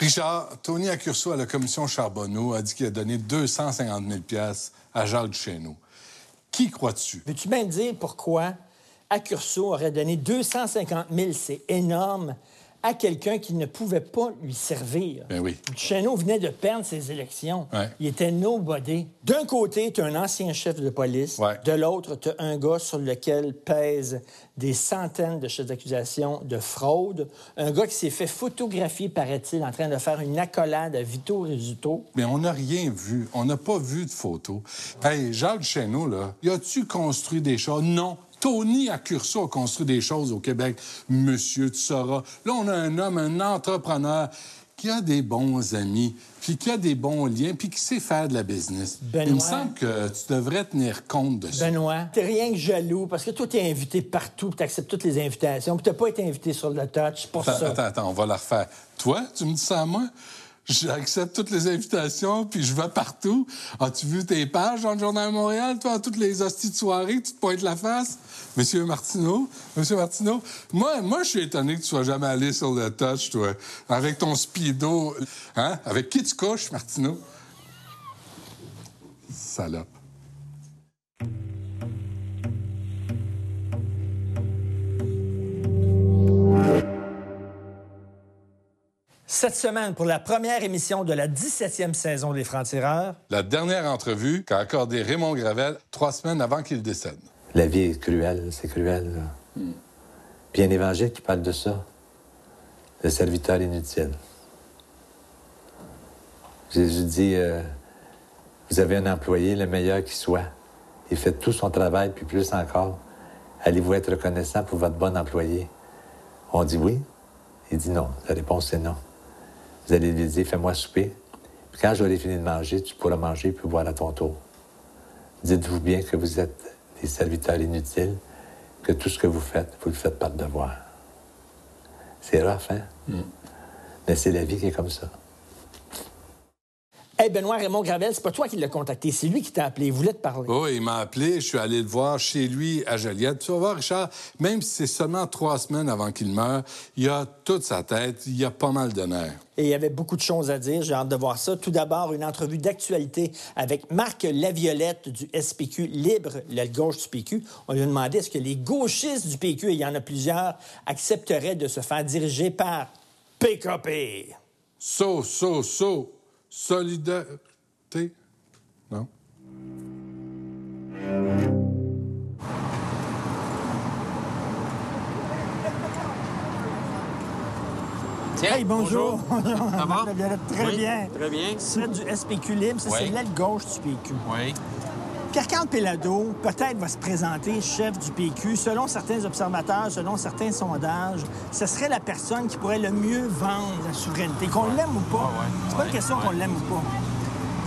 Richard, Tony Accurso à la commission Charbonneau a dit qu'il a donné 250 000 à Jacques Duchesneau. Qui crois-tu? Veux-tu bien me dire pourquoi Accurso aurait donné 250 000, c'est énorme, à quelqu'un qui ne pouvait pas lui servir? Ben oui. Duchesneau venait de perdre ses élections. Ouais. Il était nobody. D'un côté, tu as un ancien chef de police. Ouais. De l'autre, tu as un gars sur lequel pèsent des centaines de chefs d'accusation de fraude. Un gars qui s'est fait photographier, paraît-il, en train de faire une accolade à Vito Rizzuto. Mais on n'a rien vu. On n'a pas vu de photos. Hey, Jacques Duchesneau, là, y a-tu construit des choses? Non. Tony Accurso a construit des choses au Québec. Monsieur, tu sauras. Là, on a un homme, un entrepreneur qui a des bons amis, puis qui a des bons liens, puis qui sait faire de la business. Il me Benoît. semble que tu devrais tenir compte de ça. Benoît, t'es rien que jaloux parce que toi, t'es invité partout, puis t'acceptes toutes les invitations, puis t'as pas été invité sur le touch pour Attends, ça. attends, attends, on va la refaire. Toi, tu me dis ça à moi? J'accepte toutes les invitations, puis je vais partout. As-tu vu tes pages dans le Journal de Montréal, toi, à toutes les hosties de soirée, tu te pointes la face? Monsieur Martineau, Monsieur Martineau, moi, moi, je suis étonné que tu sois jamais allé sur le touch, toi, avec ton speedo. Hein? Avec qui tu couches, Martineau? Salope. Cette semaine, pour la première émission de la 17e saison des Francs-Tireurs, La dernière entrevue qu'a accordée Raymond Gravel trois semaines avant qu'il décède. La vie est cruelle, c'est cruel. là. Puis il y a un évangile qui parle de ça. Le serviteur inutile. Jésus dit, euh, vous avez un employé, le meilleur qui soit. Il fait tout son travail, puis plus encore. Allez-vous être reconnaissant pour votre bon employé? On dit oui. Il dit non. La réponse est non. Vous allez lui dire, fais-moi souper. Puis quand j'aurai fini de manger, tu pourras manger puis boire à ton tour. Dites-vous bien que vous êtes des serviteurs inutiles, que tout ce que vous faites, vous le faites par devoir. C'est rough, hein? Mais c'est la vie qui est comme ça. hey Benoît Raymond Gravel, c'est pas toi qui l'as contacté, c'est lui qui t'a appelé, il voulait te parler. Oui, il m'a appelé, je suis allé le voir chez lui à Joliette. Tu vas voir, Richard, même si c'est seulement trois semaines avant qu'il meure, il a toute sa tête, il a pas mal de nerfs. Et il y avait beaucoup de choses à dire, j'ai hâte de voir ça. Tout d'abord, une entrevue d'actualité avec Marc Laviolette du SPQ Libre, l'aile gauche du PQ. On lui a demandé est-ce que les gauchistes du PQ, et il y en a plusieurs, accepteraient de se faire diriger par PKP. So, so, so, solidarité. Non? Tiens, Hey, bonjour. Ça va? Madame Laviolette, très Oui, bien. Très bien. C'est du SPQ libre, ça, Oui. c'est l'aile gauche du PQ. Oui. Pierre-Carl Pellado, peut-être, va se présenter chef du PQ. Selon certains observateurs, selon certains sondages, ce serait la personne qui pourrait le mieux vendre la souveraineté. Qu'on l'aime ou pas, Ouais, ouais. c'est pas une Ouais, question ouais. qu'on l'aime ou pas.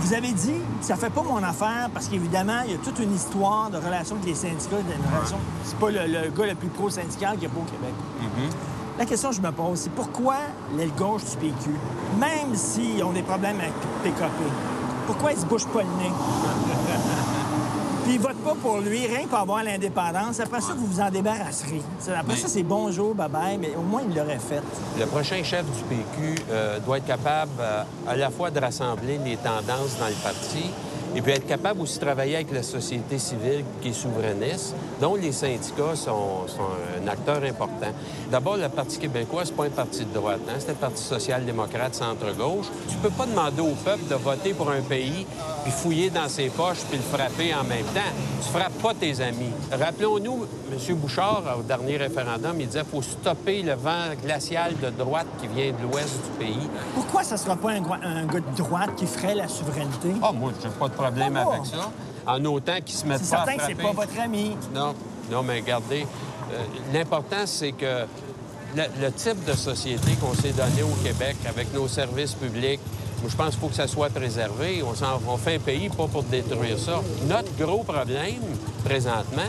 Vous avez dit, ça fait pas mon affaire, parce qu'évidemment, il y a toute une histoire de relation avec les syndicats, de relation. C'est pas le, le gars le plus pro-syndical qu'il y a pas au Québec. Mm-hmm. La question que je me pose, c'est pourquoi l'aile gauche du PQ, même s'ils ont des problèmes avec PKP, pourquoi ils se bouchent pas le nez? Puis ils votent pas pour lui, rien que pour avoir l'indépendance. Après ça, vous vous en débarrasserez. C'est- Après Oui. ça, c'est bonjour, bye-bye, mais au moins, il l'aurait fait. Le prochain chef du PQ euh, doit être capable euh, à la fois de rassembler les tendances dans le parti et puis être capable aussi de travailler avec la société civile qui est souverainiste, dont les syndicats sont, sont un acteur important. D'abord, le Parti québécois, c'est pas un parti de droite, hein? c'est un parti social-démocrate centre-gauche. Tu peux pas demander au peuple de voter pour un pays, puis fouiller dans ses poches, puis le frapper en même temps. Tu frappes pas tes amis. Rappelons-nous, M. Bouchard, au dernier référendum, il disait faut stopper le vent glacial de droite qui vient de l'ouest du pays. Pourquoi ça sera pas un, goi- un gars de droite qui ferait la souveraineté? Ah, moi, j'ai pas de problème Ah bon? avec ça. En autant qu'ils se mettent c'est pas à certain que c'est frapper. pas votre ami. Non, non, mais regardez, euh, l'important, c'est que le, le type de société qu'on s'est donné au Québec avec nos services publics, moi, je pense qu'il faut que ça soit préservé. On, s'en- on fait un pays pas pour détruire ça. Notre gros problème, présentement,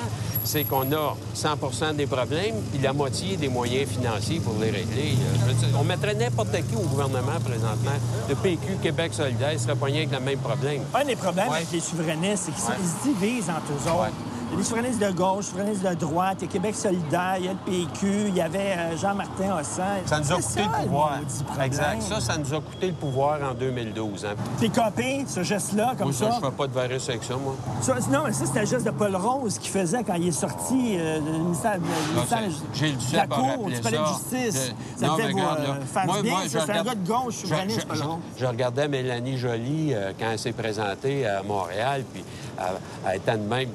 c'est qu'on a 100 des problèmes puis la moitié des moyens financiers pour les régler. Euh, je veux dire, on mettrait n'importe qui au gouvernement présentement. Le PQ, Québec solidaire, il serait pas rien avec le même problème. Un des problèmes Ouais. avec les souverainistes, c'est qu'ils se- Ouais. ils se divisent entre eux autres. Il y a des souverainistes de gauche, souverainistes de droite, il y a Québec solidaire, il y a le PQ, il y avait euh, Jean-Martin Hossan. Ça nous C'est a coûté ça, le pouvoir. maudit problème. Exact. Ça, ça nous a coûté le pouvoir en 2012. Hein. T'es copé, ce geste-là, comme Moi, ça, ça. je fais pas de virus avec ça, moi. Ça, non, mais ça, c'était juste de Paul Rose qui faisait quand il est sorti euh, du ministère de, du Non, ministère c'est- de- Gilles de la Duceppe a Cour, rappelé du palais de ça. justice. Je- Ça non, fait mais vous regarde, là. euh, faire Moi- du bien. moi, ça, je c'est un regarde- gars de gauche, je- souverainiste, Paul je- Rose. Je regardais Mélanie Joly euh, quand elle s'est présentée à Montréal, puis elle, elle était de même.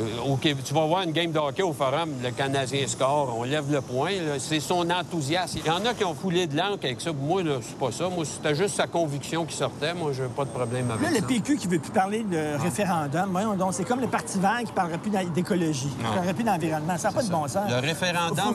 Euh, au Québec- tu vas voir une game de hockey au Forum, le Canadien score, on lève le point. là. C'est son enthousiasme. Il y en a qui ont foulé de l'encre avec ça. Moi, là, c'est pas ça. Moi, c'était juste sa conviction qui sortait. Moi, j'ai pas de problème avec Là, ça. le PQ qui veut plus parler de référendum, voyons donc, c'est comme le Parti vert qui parlerait plus d'en- d'écologie, qui Non. parlerait plus d'environnement. Ça n'a pas de ça. bon sens. Le référendum-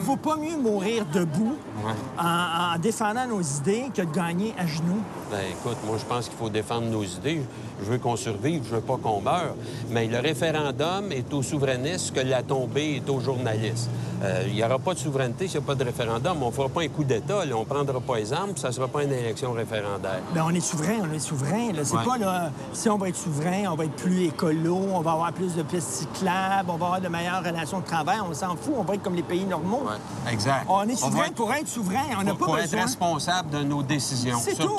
Faut, faut pas mieux mourir debout Ouais. en, en défendant nos idées que de gagner à genoux. Ben, écoute, moi, je pense qu'il faut défendre nos idées. Je veux qu'on survive, je veux pas qu'on meure. Mais le référendum est aux souverainistes que la tombée est aux journalistes. Euh, Il n'y aura pas de souveraineté s'il n'y a pas de référendum. On ne fera pas un coup d'État, là. on ne prendra pas exemple, puis ça ne sera pas une élection référendaire. Ben, on est souverain, on est souverain. là. C'est Ouais. pas là, si on va être souverain, on va être plus écolo, on va avoir plus de pistes cyclables, on va avoir de meilleures relations de travail, on s'en fout, on va être comme les pays normaux. exact. On est souverain pour être souverain, on n'a pas besoin. responsable de nos décisions, C'est tout.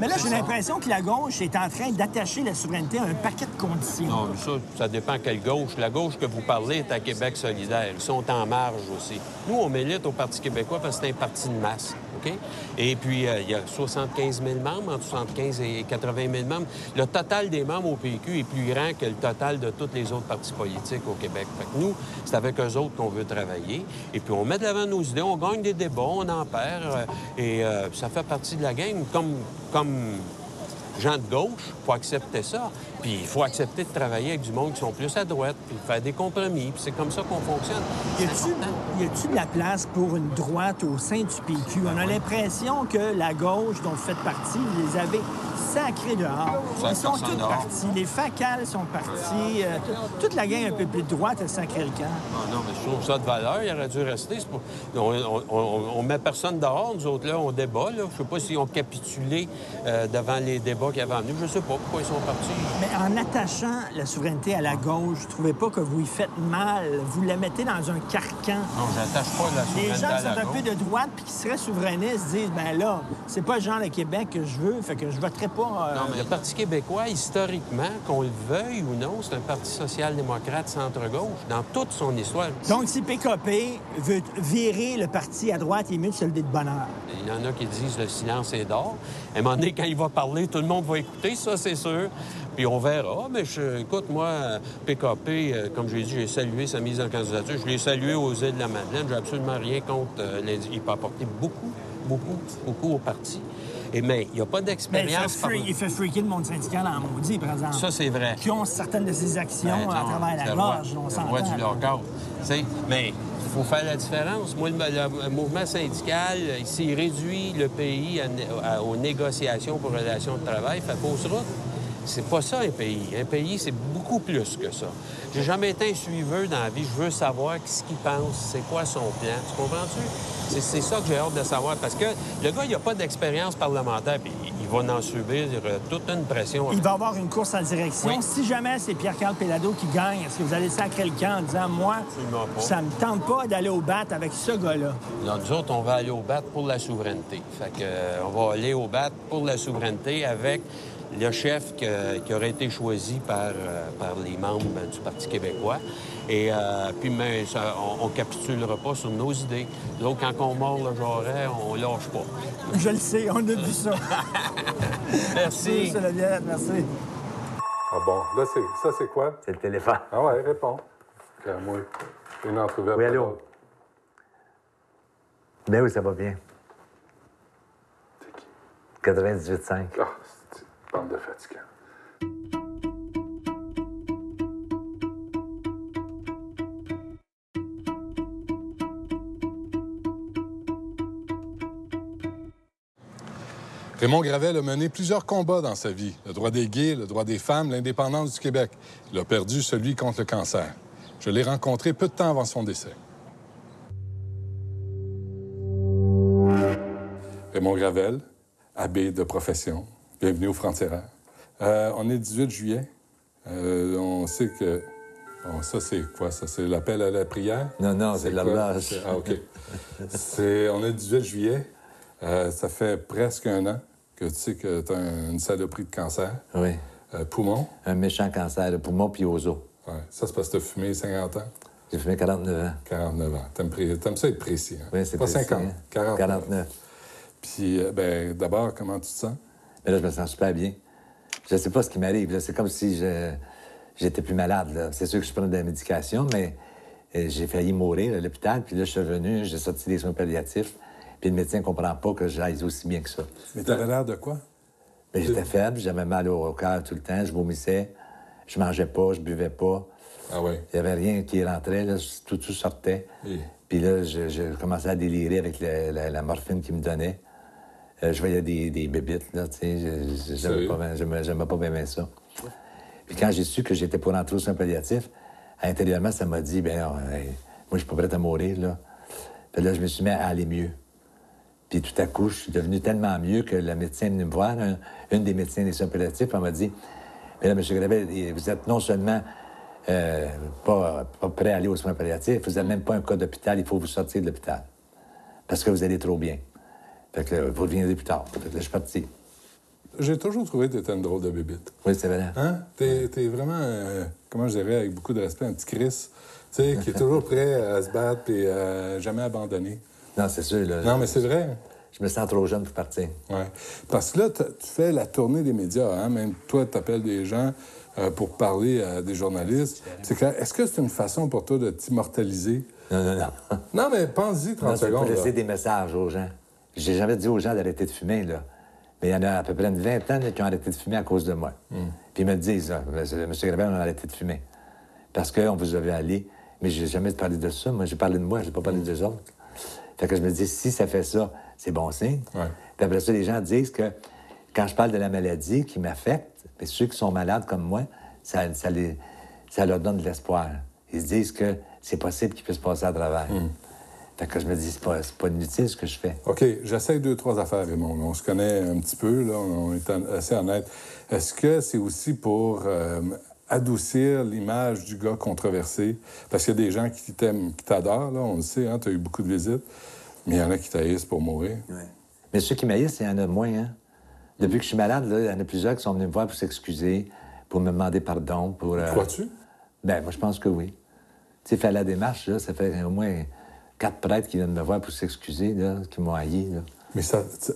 Mais là, j'ai l'impression que la gauche est en train d'attacher la souveraineté à un paquet de conditions. Non, mais ça, ça dépend quelle gauche. La gauche que vous parlez est à Québec solidaire. Ils sont en marge aussi. Nous, on milite au Parti québécois parce que c'est un parti de masse. OK? Et puis, euh, il y a 75 000 membres, entre 75 et 80 000 membres. Le total des membres au PQ est plus grand que le total de tous les autres partis politiques au Québec. Fait que nous, c'est avec eux autres qu'on veut travailler. Et puis, on met de l'avant nos idées, on gagne des débats, on en perd. euh, et euh, ça fait partie de la game, comme, comme gens de gauche, il faut accepter ça. Puis il faut accepter de travailler avec du monde qui sont plus à droite, puis faire des compromis. Puis c'est comme ça qu'on fonctionne. Y a-tu- y a-tu de la place pour une droite au sein du PQ? On a l'impression que la gauche dont vous faites partie, vous les avez sacrés dehors. Ça, Ils sont personne tous dehors. partis. Les facales sont partis. euh, tout- toute la gang un peu plus de droite a sacré le camp. Ah non, mais je trouve ça de valeur, il aurait dû rester. C'est pas- On, on- on- on met personne dehors, nous autres, là, on débat. Là. Je sais pas s'ils ont capitulé euh, devant les débats qu'il y avait en nous. Je sais pas pourquoi ils sont partis. Mais en attachant la souveraineté à la gauche, vous trouvez pas que vous y faites mal? Vous la mettez dans un carcan. Non, j'attache pas la Les souveraineté gens à qui sont la un gauche. peu de droite puis qui seraient souverainistes disent ben là, c'est pas le genre de Québec que je veux, fait que je voterai pas. euh, Non, mais le Parti québécois, historiquement, qu'on le veuille ou non, c'est un parti social-démocrate centre-gauche dans toute son histoire. Donc, si PKP veut virer le parti à droite, il est mieux de se lever de bonheur. Il y en a qui disent le silence est d'or. À un moment donné, quand il va parler, tout le monde va écouter, ça, c'est sûr. Puis on verra. Mais je- écoute, moi, euh, PKP, euh, comme j'ai dit, j'ai salué sa mise en candidature. Je l'ai salué aux îles de la Madeleine. J'ai absolument rien contre. euh, les- Il peut apporter beaucoup, beaucoup, beaucoup au parti. Et, mais il n'y a Ben, pas Mais il, fait d'expérience. par- freak- il fait freaker le monde syndical en maudit, par exemple. Ça, c'est vrai. qui ont certaines de ses actions Ben, à non, travers c'est la le roi- gorge, on le s'entend. roi du lockout. Tu sais, Mais il faut faire la différence. Moi, le, le mouvement syndical, il s'est réduit le pays à né- à- aux négociations pour relations de travail, fait fausse route. C'est pas ça un pays. Un pays, c'est beaucoup plus que ça. J'ai jamais été un suiveur dans la vie. Je veux savoir ce qu'il pense, c'est quoi son plan. Tu comprends-tu? C'est- C'est ça que j'ai hâte de savoir. Parce que le gars, il n'a pas d'expérience parlementaire, puis il va en subir euh, toute une pression. Il va avoir une course en direction. Oui. Si jamais c'est Pierre-Carl Pellado qui gagne, est-ce que vous allez sacrer le camp en disant Moi, Absolument pas. ça me tente pas d'aller au bat avec ce gars-là? Non, nous autres, on va aller au bat pour la souveraineté. Fait que, euh, on va aller au bat pour la souveraineté avec le chef que- qui aurait été choisi par, euh, par les membres du Parti québécois. Et euh, puis, mais ça- on, on capitulera pas sur nos idées. Donc, quand on mord le jarret, on lâche pas. Je le sais, on a vu ça. Merci. Monsieur Levière, merci. Ah bon, là, c'est, ça, c'est quoi? C'est le téléphone. Ah ouais, réponds. Quand moi, une entrevue Oui, allô? Ben oui, ça va bien. 98,5. Ah, c'est une bande de fatigants. Raymond Gravel a mené plusieurs combats dans sa vie. Le droit des gays, le droit des femmes, l'indépendance du Québec. Il a perdu celui contre le cancer. Je l'ai rencontré peu de temps avant son décès. Raymond Gravel, abbé de profession. Bienvenue au Frontières. on est 18 juillet. Euh, on Euh, sait que Bon, ça, c'est quoi? Ça, c'est l'appel à la prière? Non, non, c'est quoi? l'horloge. Ah, OK. C'est- on est le 18 juillet. Euh, ça fait presque un an que tu sais que tu as une saloperie de cancer. Oui. Euh, poumon. Un méchant cancer de poumon puis aux os. Ouais. Ça, c'est parce que tu as fumé 50 ans, J'ai fumé 49 ans. 49 ans. T'aimes, pré- t'aimes ça être précis. Hein? Oui, c'est Pas précis, 50, hein? 49. 49. Puis, euh, ben, d'abord, comment tu te sens? Mais là, je me sens super bien. Je sais pas ce qui m'arrive. là. C'est comme si je- j'étais plus malade. là. C'est sûr que je prends de la médication, mais euh, j'ai failli mourir à l'hôpital. Puis là, je suis revenu, j'ai sorti des soins palliatifs. Puis le médecin comprend pas que j'aille aussi bien que ça. Mais t'avais l'air de quoi? Mais j'étais faible, j'avais mal au au cœur tout le temps, je vomissais, je mangeais pas, je buvais pas. Ah ouais. Il n'y avait rien qui rentrait, là, tout, tout sortait. Et- Puis là, je, je commençais à délirer avec la, la- la morphine qu'ils me donnait. Euh, je voyais des, des bébites, là, tu sais. je- je- J'aimais Sérieux? pas, bien- j'aimais- j'aimais pas bien, bien ça. Puis quand j'ai su que j'étais pour rentrer au soin palliatif, intérieurement, ça m'a dit, ben non, hey, moi, je suis pas prête à mourir, là. Puis là, je me suis mis à aller mieux. Puis tout à coup, je suis devenu tellement mieux que la médecin est venue me voir, un- une des médecins des soins palliatifs, elle m'a dit Mais là, M. Gravel, vous êtes non seulement euh, pas, pas prêt à aller aux soins palliatifs, vous n'avez même pas un cas d'hôpital, il faut vous sortir de l'hôpital. Parce que vous allez trop bien. Fait que là, vous reviendrez plus tard. Fait que là, je suis parti. J'ai toujours trouvé que t'étais une drôle de bébite. Oui, c'est vrai. Hein? T'es, t'es vraiment, euh, comment je dirais, avec beaucoup de respect, un petit Chris, tu sais, qui est toujours prêt à se battre et à jamais abandonner. Non, c'est sûr, là. Non, mais c'est vrai. Je me sens trop jeune pour partir. Ouais. Parce que là, t'as- tu fais la tournée des médias, hein? Même toi, tu appelles des gens euh, pour parler à des journalistes. C'est que- est-ce que c'est une façon pour toi de t'immortaliser? Non, non, non. Non, mais pense-y 30 Non, c'est pour secondes. laisser là. des messages aux gens. J'ai jamais dit aux gens d'arrêter de fumer, là. Mais il y en a à peu près une vingtaine là, qui ont arrêté de fumer à cause de moi. Puis ils me le disent, là, Monsieur Monsieur Gravel, on a arrêté de fumer. Parce qu'on vous avait allé. Mais j'ai jamais parlé de ça. Moi, j'ai parlé de moi, j'ai pas parlé des autres. Fait que je me dis, si ça fait ça, c'est bon signe. Ouais. Puis après ça, les gens disent que quand je parle de la maladie qui m'affecte, mais ceux qui sont malades comme moi, ça, ça les- ça leur donne de l'espoir. Ils se disent que c'est possible qu'ils puissent passer à travers. Fait que je me dis, c'est pas, c'est pas inutile ce que je fais. OK, j'essaie deux, trois affaires, Raymond. On se connaît un petit peu, là, on est en- assez honnête. Est-ce que c'est aussi pour euh, adoucir l'image du gars controversé? Parce qu'il y a des gens qui t'aiment, qui t'adorent, là, on le sait, hein, tu as eu beaucoup de visites, mais il y en a qui t'haïssent pour mourir. Mais ceux qui m'haïssent, il y en a moins. Hein? Depuis que je suis malade, là, il y en a plusieurs qui sont venus me voir pour s'excuser, pour me demander pardon. Pour, euh, Crois-tu? Ben, moi, je pense que oui. Tu sais, faire la démarche, là, ça fait au moins quatre prêtres qui viennent me voir pour s'excuser, là, qui m'ont haï. Là. Mais ça, ça-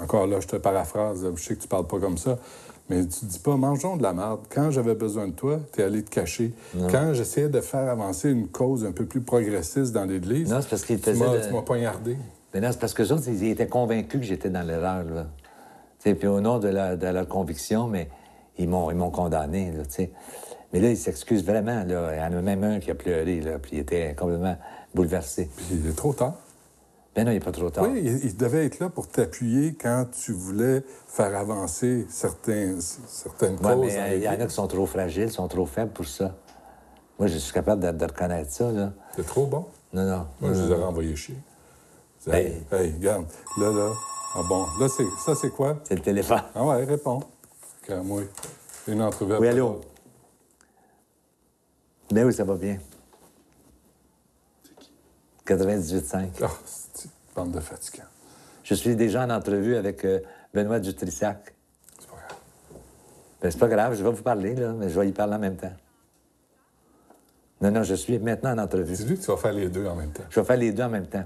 encore là, je te paraphrase, là, je sais que tu parles pas comme ça, mais tu dis pas, mangeons de la merde. Quand j'avais besoin de toi, t'es allé te cacher. Quand j'essayais de faire avancer une cause un peu plus progressiste dans l'Église, Non, c'est parce qu'il tu faisait m'as de- tu m'as poignardé. Mais Ben non, c'est parce que autres, ils étaient convaincus que j'étais dans l'erreur. là. Tu sais, Puis au nom de leur, de leur conviction, mais ils m'ont, ils m'ont condamné. Là, tu sais. mais là, ils s'excusent vraiment. Là. Il y en a même un qui a pleuré, là, puis il était complètement bouleversé. Puis il est trop tard. Ben non, il n'est pas trop tard. Oui, il, il devait être là pour t'appuyer quand tu voulais faire avancer certains, certaines Ouais, causes. mais dans euh, il y en a l'Église. qui sont trop fragiles, sont trop faibles pour ça. Moi, je suis capable de, de reconnaître ça. Là. C'est trop bon. Non, non. Moi, je non, les non. aurais envoyés chier. Je disais, Mm. Ben- Hey, hey, regarde, là, là. Ah bon, là, c'est, ça, c'est quoi? C'est le téléphone. Ah ouais, réponds. Quand moi, une entrevue. Oui, après allô? l'autre. Ben oui, ça va bien. 98,5. Ah, c'est une bande de fatigants. Je suis déjà en entrevue avec euh, Benoît Dutrissac. C'est pas grave. Ben, c'est pas grave, je vais vous parler, là, mais je vais y parler en même temps. Non, non, je suis maintenant en entrevue. Dis-lui que tu vas faire les deux en même temps. Je vais faire les deux en même temps.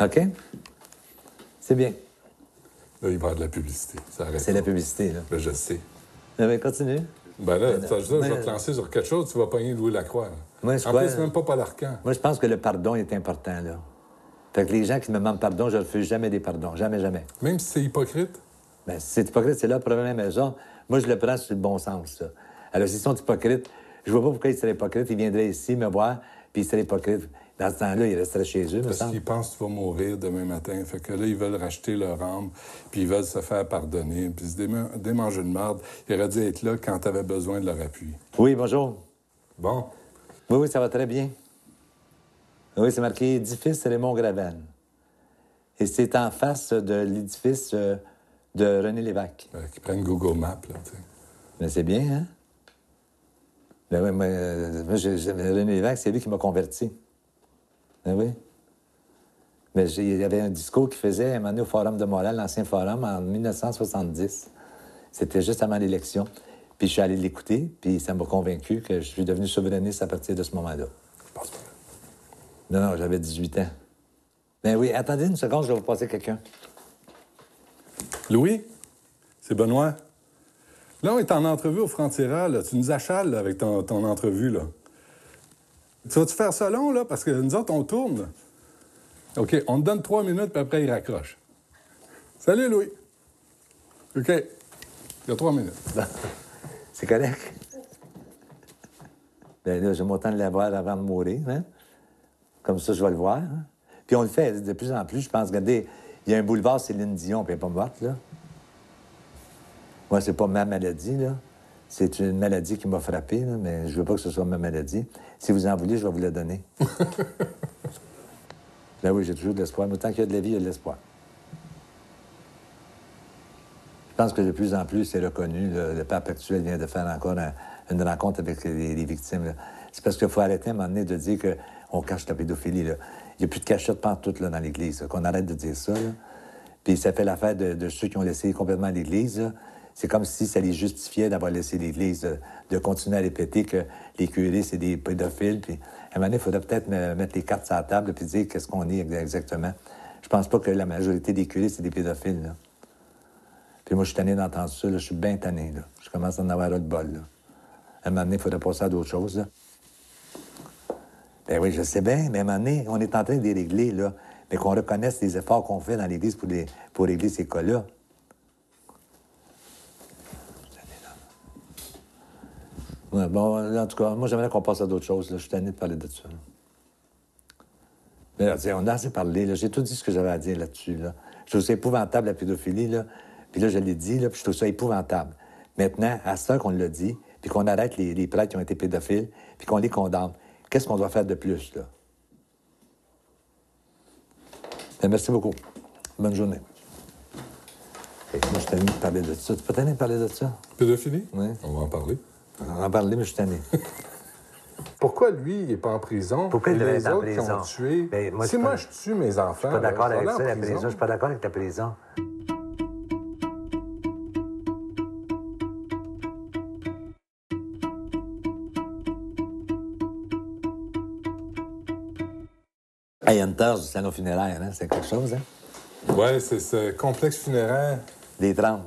OK? C'est bien. Là, il va y avoir de la publicité. Ça arrête. C'est la publicité, là. Là, je sais. Ah, ben, continue. Ben là, ça, je mais- je vais te lancer sur quelque chose, tu vas pogner Louis Lacroix. là. Ouais, c'est en quoi, plus, là? c'est même pas Paul Arcand. Moi, je pense que le pardon est important, là. Fait que les gens qui me demandent pardon, je refuse jamais des pardons. Jamais, jamais. Même si c'est hypocrite, Ben, si c'est hypocrite, c'est là le problème à la maison. Moi, je le prends sur le bon sens, ça. Alors, s'ils sont hypocrites, je vois pas pourquoi ils seraient hypocrites. Ils viendraient ici me voir, puis ils seraient hypocrites. Dans ce temps-là, ils resteraient chez eux, me parce semble. qu'ils pensent que tu vas mourir demain matin. Fait que là, ils veulent racheter leur âme, puis ils veulent se faire pardonner, puis se déma- démanger de marde. Ils auraient dû être là quand tu avais besoin de leur appui. Oui, bonjour. Bon, Oui, oui, ça va très bien. Oui, c'est marqué édifice Raymond Gravel. Et c'est en face de l'édifice euh, de René Lévesque. ben, qu'ils prennent Google Maps, là, tu sais. Mais c'est bien, hein? Ben oui, moi, euh, moi, j'ai- j'ai- René Lévesque, c'est lui qui m'a converti. Ben oui. Mais j'ai- il y avait un discours qu'il faisait à un moment donné au Forum de Montréal, l'ancien Forum, en 1970. C'était juste avant l'élection. Puis je suis allé l'écouter, puis ça m'a convaincu que je suis devenu souverainiste à partir de ce moment-là. Non, non, j'avais 18 ans. Ben oui, attendez une seconde, je vais vous passer quelqu'un. Louis, c'est Benoît. Là, on est en entrevue au Frontiera. Là. Tu nous achales là, avec ton, ton entrevue. Là. Tu vas-tu faire ça long, là? Parce que nous autres, on tourne. là. OK, on te donne trois minutes, puis après, il raccroche. Salut, Louis. OK. Il y a trois minutes. C'est correct? Ben là, j'ai mon temps de l'avoir avant de mourir, hein? Comme ça, je vais le voir. hein. Puis on le fait de plus en plus, je pense. Regardez, il y a un boulevard Céline Dion, puis elle n'est pas morte, là. Moi, c'est pas ma maladie, là. C'est une maladie qui m'a frappé, là, mais je veux pas que ce soit ma maladie. Si vous en voulez, je vais vous la donner. ben oui, j'ai toujours de l'espoir. Mais tant qu'il y a de la vie, il y a de l'espoir. Je pense que de plus en plus, c'est reconnu. là. Le pape actuel vient de faire encore un- une rencontre avec les, les victimes. là. C'est parce qu'il faut arrêter à un moment donné de dire qu'on cache la pédophilie. là. Il n'y a plus de cachette pantoute là, dans l'Église. là. Qu'on arrête de dire ça. là. Puis ça fait l'affaire de, de ceux qui ont laissé complètement l'Église. là. C'est comme si ça les justifiait d'avoir laissé l'Église, là, de continuer à répéter que les curés, c'est des pédophiles. Puis à un moment donné, il faudrait peut-être me- mettre les cartes sur la table et dire qu'est-ce qu'on est exactement. Je pense pas que la majorité des curés, c'est des pédophiles. là. Puis moi, je suis tanné d'entendre ça. là. Je suis bien tanné. Là. Je commence à en avoir le bol. Là. À un moment donné, il faudrait passer à d'autres choses. Là. Ben oui, je sais bien, mais à un moment donné, on est en train de les régler, là. Mais qu'on reconnaisse les efforts qu'on fait dans l'Église pour, les- pour régler ces cas-là. Ouais, bon, en tout cas, moi, j'aimerais qu'on passe à d'autres choses. Là. Je suis tanné de parler de ça. là. Mais là, tu sais, on a assez parlé. là. J'ai tout dit ce que j'avais à dire là-dessus. Là. Je trouve ça épouvantable, la pédophilie. Là. Puis là, je l'ai dit, là, puis je trouve ça épouvantable. Maintenant, à ce qu'on l'a dit, puis qu'on arrête les, les prêtres qui ont été pédophiles, puis qu'on les condamne, qu'est-ce qu'on doit faire de plus? Là? Ben, merci beaucoup. Bonne journée. Fait que moi, je suis tanné de parler de ça. Tu peux tanné de parler de ça? Pédophilie? Oui. On va en parler. On va en parler, mais je suis tanné. Pourquoi lui, il n'est pas en prison? Pourquoi il et devrait les être en autres qui prison? ont tué. Ben, moi, si je suis moi, pas- je tue mes enfants. Je suis pas d'accord là, je avec vais ça, aller en la prison. Je suis pas d'accord avec la prison. Hey, Hunters du salon funéraire, hein? c'est quelque chose, hein? Ouais, c'est ce complexe funéraire. Des trembles.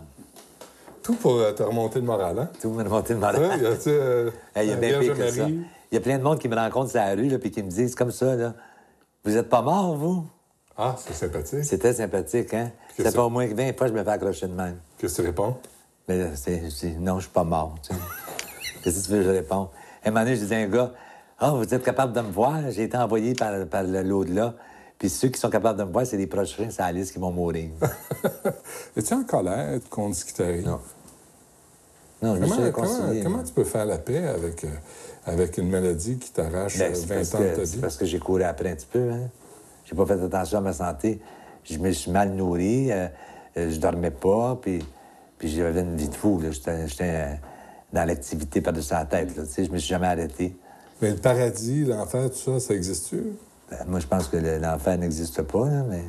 Tout pour euh, te remonter le moral, hein? Tout le monde monté de Ça, malade. il y a, tu sais, euh, Hey, il y a la bien Vierge pire que ça. Marie. Il y a plein de monde qui me rencontre sur la rue là, puis qui me disent comme ça, là, vous êtes pas mort, vous? Ah, c'est sympathique. C'était sympathique, hein? Que Ça ça- fait au moins 20 fois que je me fais accrocher de même. Qu'est-ce que tu réponds? Mais là, Ben, euh, c'est, je dis, non, je suis pas mort. tu sais. Qu'est-ce que tu veux que je réponde? À un moment donné, je dis à un gars, ah, vous êtes capable de me voir? J'ai été envoyé par, par le- l'au-delà. Puis ceux qui sont capables de me voir, c'est les prochains sur la liste qui vont mourir. Es-tu en colère contre ce qui t'arrive? Non. Non, je me suis Comment, réconcilié. comment, comment tu peux faire la paix avec, euh, avec une maladie qui t'arrache Ben, euh, c'est 20 parce ans de que, ta c'est vie? parce que j'ai couru après un petit peu. Hein. J'ai pas fait attention à ma santé. Je me suis mal nourri, euh, euh, je dormais pas, puis, puis j'avais une vie de fou. là. J'étais, j'étais, euh, dans l'activité par-dessus la tête. Là, tu sais, je me suis jamais arrêté. Mais le paradis, l'enfer, tout ça, ça existe-tu? Ben, moi, je pense que le- l'enfer n'existe pas, là, mais.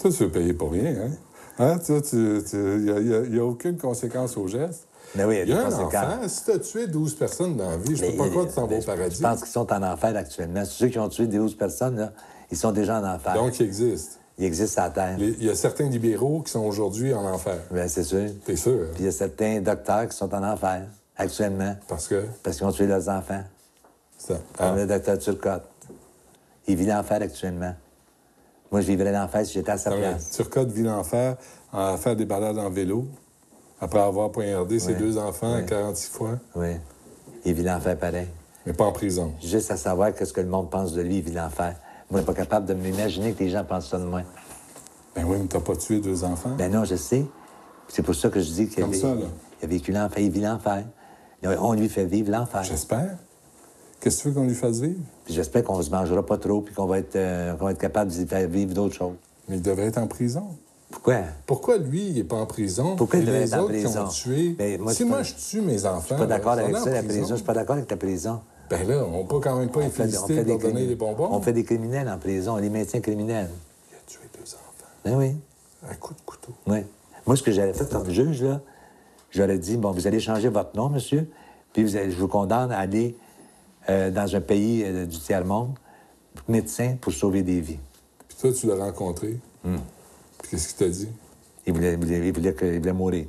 Toi, tu veux payer pour rien, hein? Hein? Toi, tu- tu- Il n'y a, il y a- il y a aucune conséquence au geste. Mais oui, il y a Il y des a un conséquences. enfer. Si tu as tué 12 personnes dans la vie, je ne Mais peux pas il y a- croire que tu t'en vas mais au je- paradis. Je pense qu'ils sont en enfer actuellement. Ceux qui ont tué des 12 personnes, là, ils sont déjà en enfer. Donc, il existe. ils existent à terre. Les- Il y a certains libéraux qui sont aujourd'hui en enfer. Ben, c'est sûr. T'es sûr? hein? Puis il y a certains docteurs qui sont en enfer actuellement Parce que... parce qu'ils ont tué leurs enfants. ça- Comme Ah. le docteur Turcotte. Il vit l'enfer actuellement. Moi, je vivrais l'enfer si j'étais à sa Ah ouais. place. Turcotte vit l'enfer à faire des balades en vélo après avoir poignardé ses Ouais. deux enfants Ouais. 46 fois, Oui. Il vit l'enfer pareil. mais pas en prison. Juste à savoir qu'est-ce que le monde pense de lui, il vit l'enfer. Moi, je suis pas capable de m'imaginer que les gens pensent ça de moi. Ben oui, mais t'as pas tué deux enfants. Ben non, je sais. C'est pour ça que je dis qu'il a, Comme vé- ça, là. il a vécu l'enfer, il vit l'enfer. On lui fait vivre l'enfer. J'espère. Qu'est-ce que tu veux qu'on lui fasse vivre? Puis J'espère qu'on se mangera pas trop puis qu'on va être, euh, qu'on va être capable de lui faire vivre d'autres choses. Mais il devrait être en prison. Pourquoi? Pourquoi lui, il n'est pas en prison? Pourquoi et il devrait les être en autres qui prison? ont tué? Ben, moi, je si suis moi, pas- je tue mes enfants... Je suis pas d'accord là, ils avec sont ça, en la prison. Je suis pas d'accord avec la prison. Ben là, on peut quand même pas les On fait- on féliciter fait de leur donner criminels. des bonbons. On fait des criminels en prison. On les maintient criminels. Il a tué deux enfants. Ben oui. Un coup de couteau. Oui. Moi, ce que j'avais fait comme juge, là, j'aurais dit, bon, vous allez changer votre nom, monsieur, puis vous allez- je vous condamne à aller euh, dans un pays euh, du tiers-monde, médecin, pour sauver des vies. Puis toi, tu l'as rencontré. Hmm. Puis qu'est-ce qu'il t'a dit? Il voulait, il voulait, il voulait que- il voulait mourir.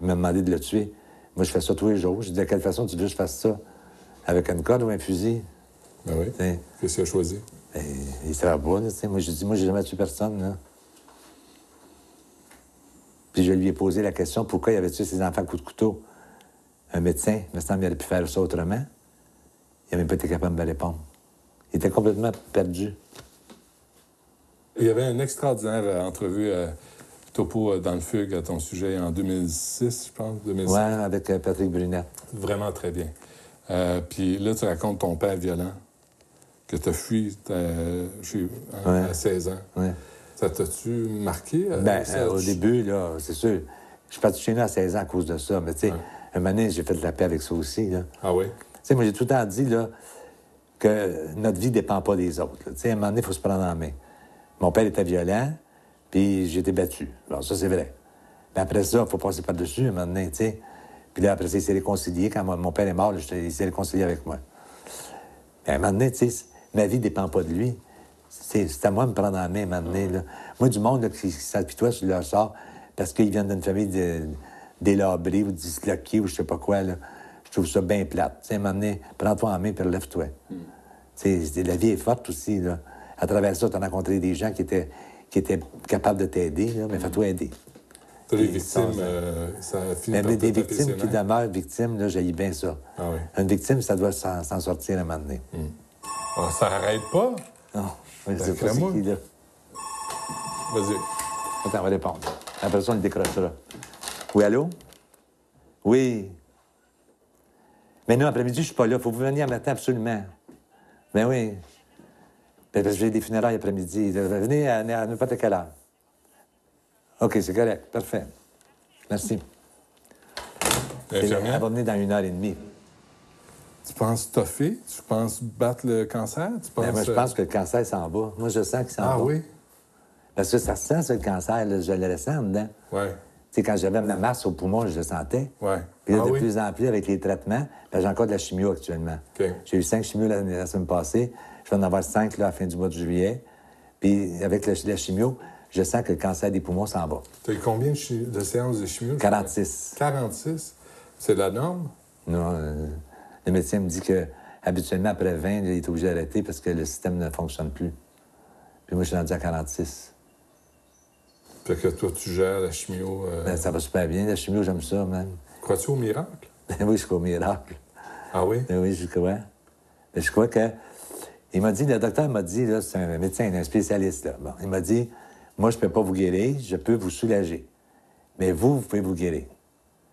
Il m'a demandé de le tuer. Moi, je fais ça tous les jours. Je dis, de quelle façon tu veux que je fasse ça? Avec une corde ou un fusil? Ben oui. T'sais. Qu'est-ce qu'il a choisi? Ben, il se rabat, là, tu sais. Moi, j'ai dit, moi, j'ai jamais tué personne, là. Puis je lui ai posé la question, pourquoi il avait tué ses enfants à coups de couteau? Un médecin, il me semble, il aurait pu faire ça autrement. Il n'a même pas été capable de me répondre. Il était complètement perdu. Il y avait une extraordinaire euh, entrevue à Topo euh, dans le Fugue à ton sujet en 2006, je pense, 2006. Ouais, avec euh, Patrick Brunette. Vraiment très bien. Euh, puis là, tu racontes ton père violent, que tu as fui ta- chez- à, Ouais. à 16 ans. Ouais. Ça t'a-tu marqué? euh, Ben, ça- euh, au tu- début, là, c'est sûr. Je suis parti chez nous à 16 ans à cause de ça. Mais tu sais, un moment donné, j'ai fait de la paix avec ça aussi, là. Ah oui? Tu sais, moi, j'ai tout le temps dit là, que notre vie ne dépend pas des autres. là. Tu sais, à un moment donné, il faut se prendre en main. Mon père était violent, puis j'ai été battu. Bon, ça, c'est vrai. Mais après ça, il faut passer par-dessus à un moment donné, tu sais. Puis là, après ça, il s'est réconcilié. Quand mon- mon père est mort, là, j'étais- il s'est réconcilié avec moi. Mais à un moment donné, tu sais, c- ma vie ne dépend pas de lui. C'est c'est à moi de me prendre en main, à un moment donné. là. Moi, du monde là, qui, qui s'apitoie sur leur sort parce qu'ils viennent d'une famille de- délabrée ou disloquée ou je sais pas quoi, là, je trouve ça bien plate. Tu sais, à un moment donné, prends-toi en main puis relève-toi. Hmm. Tu sais, c'est- la vie est forte aussi. Là. À travers ça, tu as rencontré des gens qui étaient, qui étaient capables de t'aider, là, mais Hmm. fais-toi aider. T'as les Et victimes, sans- euh, ça a fini Mais par Ben, mais te des taper victimes ses qui nerfs. demeurent victimes, là, j'haïs bien ça. Ah oui. Une victime, ça doit s'en s'en sortir à un moment donné. Ah, ça arrête pas? Non, je Hmm. sais pas Ben, crée-moi. c'est qui, là. Vas-y. Attends, on va répondre. Après ça, on le décrochera. Oui, allô? Oui. Mais non, après-midi, je suis pas là. Faut que vous veniez le matin, absolument. Ben oui. Ben, parce que j'ai des funérailles après-midi. Ben, Venez à, à n'importe quelle heure. OK, c'est correct. Parfait. Merci. Elle L'infirmière? va venir dans une heure et demie. Tu penses toffer? Tu penses battre le cancer? Tu penses, Ben, moi, je euh, pense que le cancer s'en va. Moi, je sens qu'il s'en va. Ah oui? Parce que ça se sent, ça, le cancer. là. je le ressens dedans. Ouais. Tu sais, quand j'avais ma masse au poumon, je le sentais. Ouais. Puis là, Ah de oui? plus en plus, avec les traitements, ben, j'ai encore de la chimio actuellement. OK. J'ai eu cinq chimios la, la semaine passée. Je vais en avoir cinq là, à la fin du mois de juillet. Puis avec la, la chimio, je sens que le cancer des poumons s'en va. T'as eu combien de, chi- de séances de chimio? 46. 46? C'est la norme? Non, euh, le médecin me dit que habituellement après 20, là, il est obligé d'arrêter parce que le système ne fonctionne plus. Puis moi, je suis rendu à 46. Fait que toi, tu gères la chimio. euh, Ben, ça va super bien. La chimio, j'aime ça, même. Crois-tu au miracle? Ben oui, je crois au miracle. Ah oui? Ben oui, je crois. Mais je crois que. Il m'a dit, le docteur m'a dit, là, c'est un médecin, un spécialiste, là. Bon, il m'a dit, moi, je peux pas vous guérir, je peux vous soulager. Mais vous, vous pouvez vous guérir.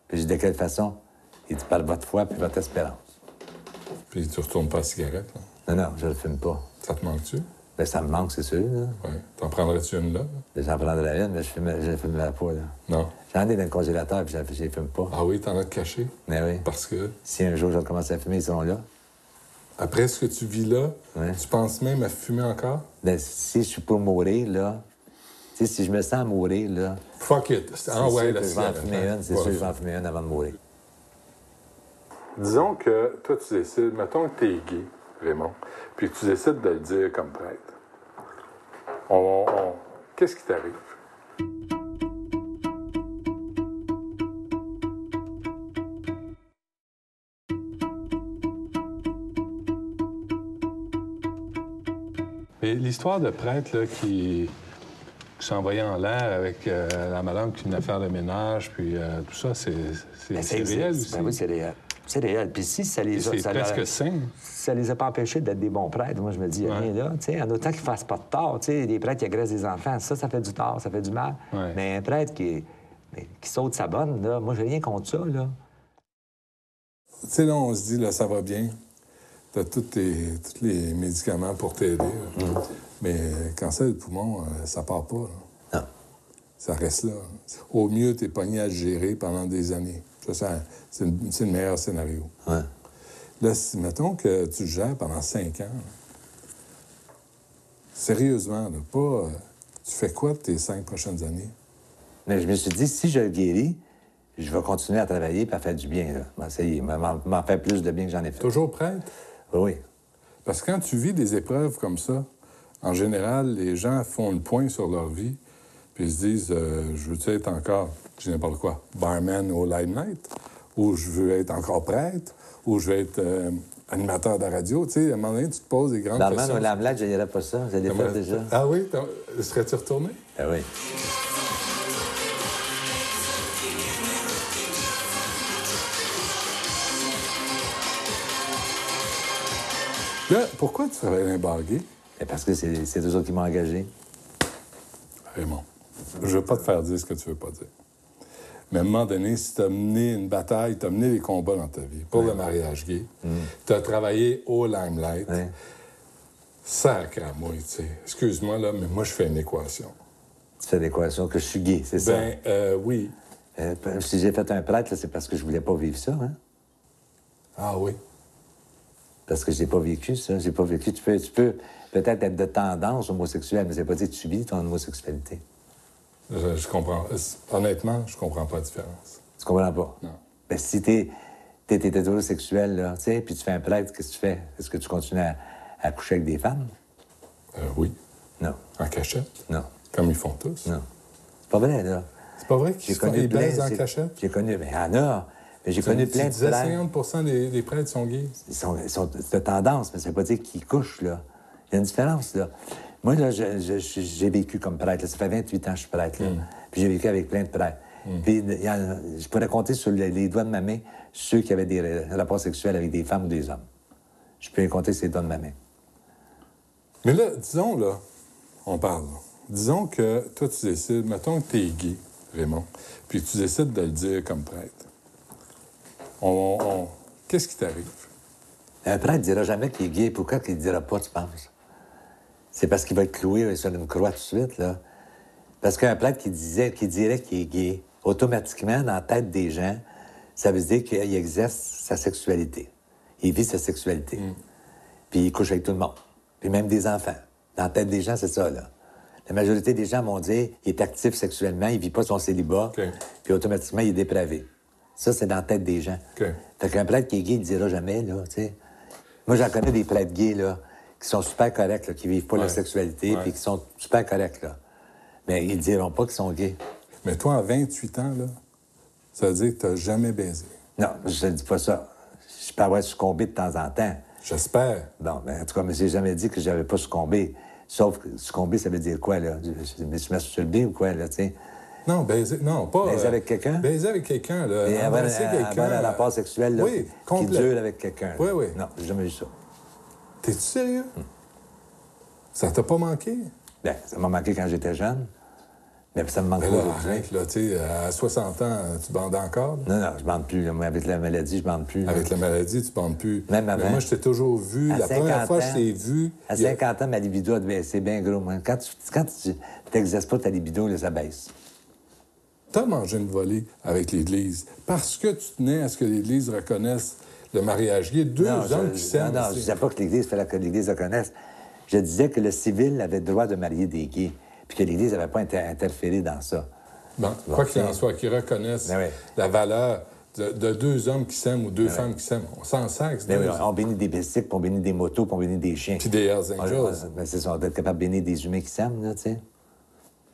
Puis j'ai dit, de quelle façon? Il dit, par votre foi puis votre espérance. Puis tu retournes pas la cigarette, là. Non, non, je le fume pas. Ça te manque-tu? Ben, ça me manque, c'est sûr, là. Ouais. T'en prendrais-tu une là? là? Ben, J'en prendrai une, mais je fume, je fume la peau, là. Non. J'en ai dans le congélateur, puis je les fume pas. Ah oui, t'en as caché? Mais oui. Parce que Si un jour je recommence à fumer, ils sont là. après ce que tu vis là, Ouais. tu penses même à fumer encore? Ben, si je suis pour mourir, là, tu sais, si je me sens mourir, là, Fuck it! Ah C'est ouais, la sûr que je vais en cigarette. fumer hein? une, c'est Ouais. sûr que je vais en fumer une avant de mourir. Disons que toi, tu décides, mettons que tu es gay, Raymond, puis tu décides de le dire comme prêtre. On, on- Qu'est-ce qui t'arrive? Et l'histoire de prêtre là, qui, qui s'envoyait en l'air avec euh, la madame qui venait faire le ménage, puis euh, tout ça, c'est c'est- Ben, c'est réel existe. aussi. Ben oui, c'est réel. C'est réel. Puis si ça Et les a, c'est ça presque leur- sain. ça les a pas empêchés d'être des bons prêtres. Moi, je me dis, il y a Ouais. rien là. Tu sais, en autant qu'ils fassent pas de tort, tu sais, des prêtres qui agressent des enfants, ça, ça fait du tort, ça fait du mal. Ouais. Mais un prêtre qui, mais qui saute sa bonne, là, moi, j'ai rien contre ça, là. Tu sais, là, on se dit, là, ça va bien. T'as tous tes- tous les Mm-hmm. médicaments pour t'aider. là. Mais cancer du poumon, euh, ça part pas. là. Non. ça reste là. Au mieux, t'es pogné à le gérer pendant des années. Ça, ça, c'est une- c'est le meilleur scénario. Ouais. Là, si, mettons que tu le gères pendant cinq ans, là. sérieusement, là, pas. euh, Tu fais quoi de tes cinq prochaines années? Mais je me suis dit, si je le guéris, je vais continuer à travailler et à faire du bien. Là. M'en- ça y est, m'en m'en faire plus de bien que j'en ai fait. Toujours prêtre? Oui. Parce que quand tu vis des épreuves comme ça, en général, les gens font le point sur leur vie, puis ils se disent euh, Je veux être encore, je dis n'importe quoi, barman au Live Night, ou je veux être encore prêtre, ou je veux être euh, animateur de radio. Tu sais, à un moment donné, tu te poses des grandes Dans le questions. man au je n'irais pas ça. Vous allez T'aimerais- faire déjà. Ah oui, t'as- serais-tu retourné? Ah oui. Là, pourquoi tu travailles un bar gay, Mais parce que c'est c'est eux autres qui m'ont engagé. Raymond? Je veux pas te faire dire ce que tu veux pas dire. Mais à un moment donné, si t'as mené une bataille, t'as mené des combats dans ta vie pour le mariage gay, t'as travaillé au limelight, Mm. Ouais. Sacre à moi, tu sais. Excuse-moi, là, mais moi, je fais une équation. Tu fais l'équation que je suis gay, c'est Ben, euh, oui. ça? Euh, p- si j'ai fait un prêtre, là, c'est parce que je voulais pas vivre ça, hein? Ah oui. Parce que j'ai pas vécu ça. J'ai pas vécu. Tu peux, tu peux peut-être être de tendance homosexuelle, mais c'est pas dire que tu vis ton homosexualité. Je, je comprends. Euh, Honnêtement, je comprends pas la différence. Tu comprends pas? Non. Ben, si t'es t'es t'es hétérosexuel, là, tu sais, puis tu fais un prêtre, qu'est-ce que tu fais? Est-ce que tu continues à, à coucher avec des femmes? Euh, oui. Non. En cachette. Non. Comme ils font tous. Non. C'est pas vrai, là. C'est pas vrai qu'ils J'ai se font des connu baises plein... en j'ai- cachette? J'ai connu... Mais en a. Mais j'ai connu Tu- plein tu de disais prêtres. 50 des, des prêtres sont gays. ils sont, ils sont de tendance, mais ça veut pas dire qu'ils couchent, là. Il y a une différence, là. Moi, là, je- je- je- j'ai vécu comme prêtre. là. Ça fait 28 ans que je suis prêtre, là. Puis j'ai vécu avec plein de prêtres. Puis il y en a- je pourrais compter sur les, les doigts de ma main ceux qui avaient des ra- rapports sexuels avec des femmes ou des hommes. Je peux les compter sur les doigts de ma main. Mais là, disons, là, on parle. Disons que toi, tu décides, mettons que t'es gay, Raymond, puis tu décides de le dire comme prêtre. On, on- Qu'est-ce qui t'arrive? Un prêtre ne dira jamais qu'il est gay. Pourquoi qu'il ne dira pas, tu penses? C'est parce qu'il va être cloué sur une croix tout de suite, là. Parce qu'un prêtre qui, disait, qui dirait qu'il est gay, automatiquement, dans la tête des gens, ça veut dire qu'il exerce sa sexualité. Il vit sa sexualité. Puis il couche avec tout le monde. Puis même des enfants. Dans la tête des gens, c'est ça, là. La majorité des gens vont dire il est actif sexuellement, il vit pas son célibat, OK. puis automatiquement, il est dépravé. Ça, c'est dans la tête des gens. OK. Fait qu'un prêtre qui est gay, il dira jamais, là, tu sais. Moi, j'en connais des prêtres gays, là, qui sont super corrects, là, qui vivent pas Ouais. leur sexualité, Ouais. puis qui sont super corrects, là. Mais ils diront pas qu'ils sont gays. Mais toi, à 28 ans, là, ça veut dire que t'as jamais baisé. Non, je ne dis pas ça. Je peux avoir succombé de temps en temps. J'espère. Bon, mais en tout cas, je j'ai jamais dit que j'avais pas succombé. Sauf que succomber, ça veut dire quoi, là? Je, je, mais je masturbé ou quoi, là, tu sais? Non, baiser, non, pas. Baiser avec quelqu'un? Baiser avec quelqu'un, là. Et avant, embrasser avant un rapport sexuel, là, oui, qui complet. dure avec quelqu'un. là. Oui, oui. Non, j'ai jamais eu ça. T'es-tu sérieux? Ça t'a pas manqué? Ben, ça m'a manqué quand j'étais jeune, mais ça me manque Mais pas Ben là, aujourd'hui. arrête, là, tu sais, à 60 ans, tu bandes encore, là? Non, non, je bande plus. là. Moi, avec la maladie, je bande plus. là. Avec la maladie, tu bandes plus. Même Mais avant. moi, je t'ai toujours vu. À la 50 première fois que je ans- t'ai vu. À il y a- 50 ans, ma libido a baissé bien gros. moi. Quand tu quand tu t'exerces pas ta libido, là, ça baisse. T'as mangé une volée avec l'Église parce que tu tenais à ce que l'Église reconnaisse le mariage. Il y a deux Non, hommes je- qui je- s'aiment. Non, non, je c'est- disais pas que l'Église fallait que l'Église le connaisse. Je disais que le civil avait le droit de marier des gays, puis que l'Église n'avait pas inter- interféré dans ça. Bon, Bon, quoi qu'il en c'est- soit, qu'ils reconnaissent Ben ouais. la valeur de, de deux hommes qui s'aiment ou deux femmes qui s'aiment. On s'en sert. Mais Ben oui, on bénit des bicycles, puis on bénit des motos, puis on bénit des chiens. Ben Puis des Hells On- Angels. on- ben, c'est ça, on doit être capable de bénir des humains qui s'aiment, là, tu sais.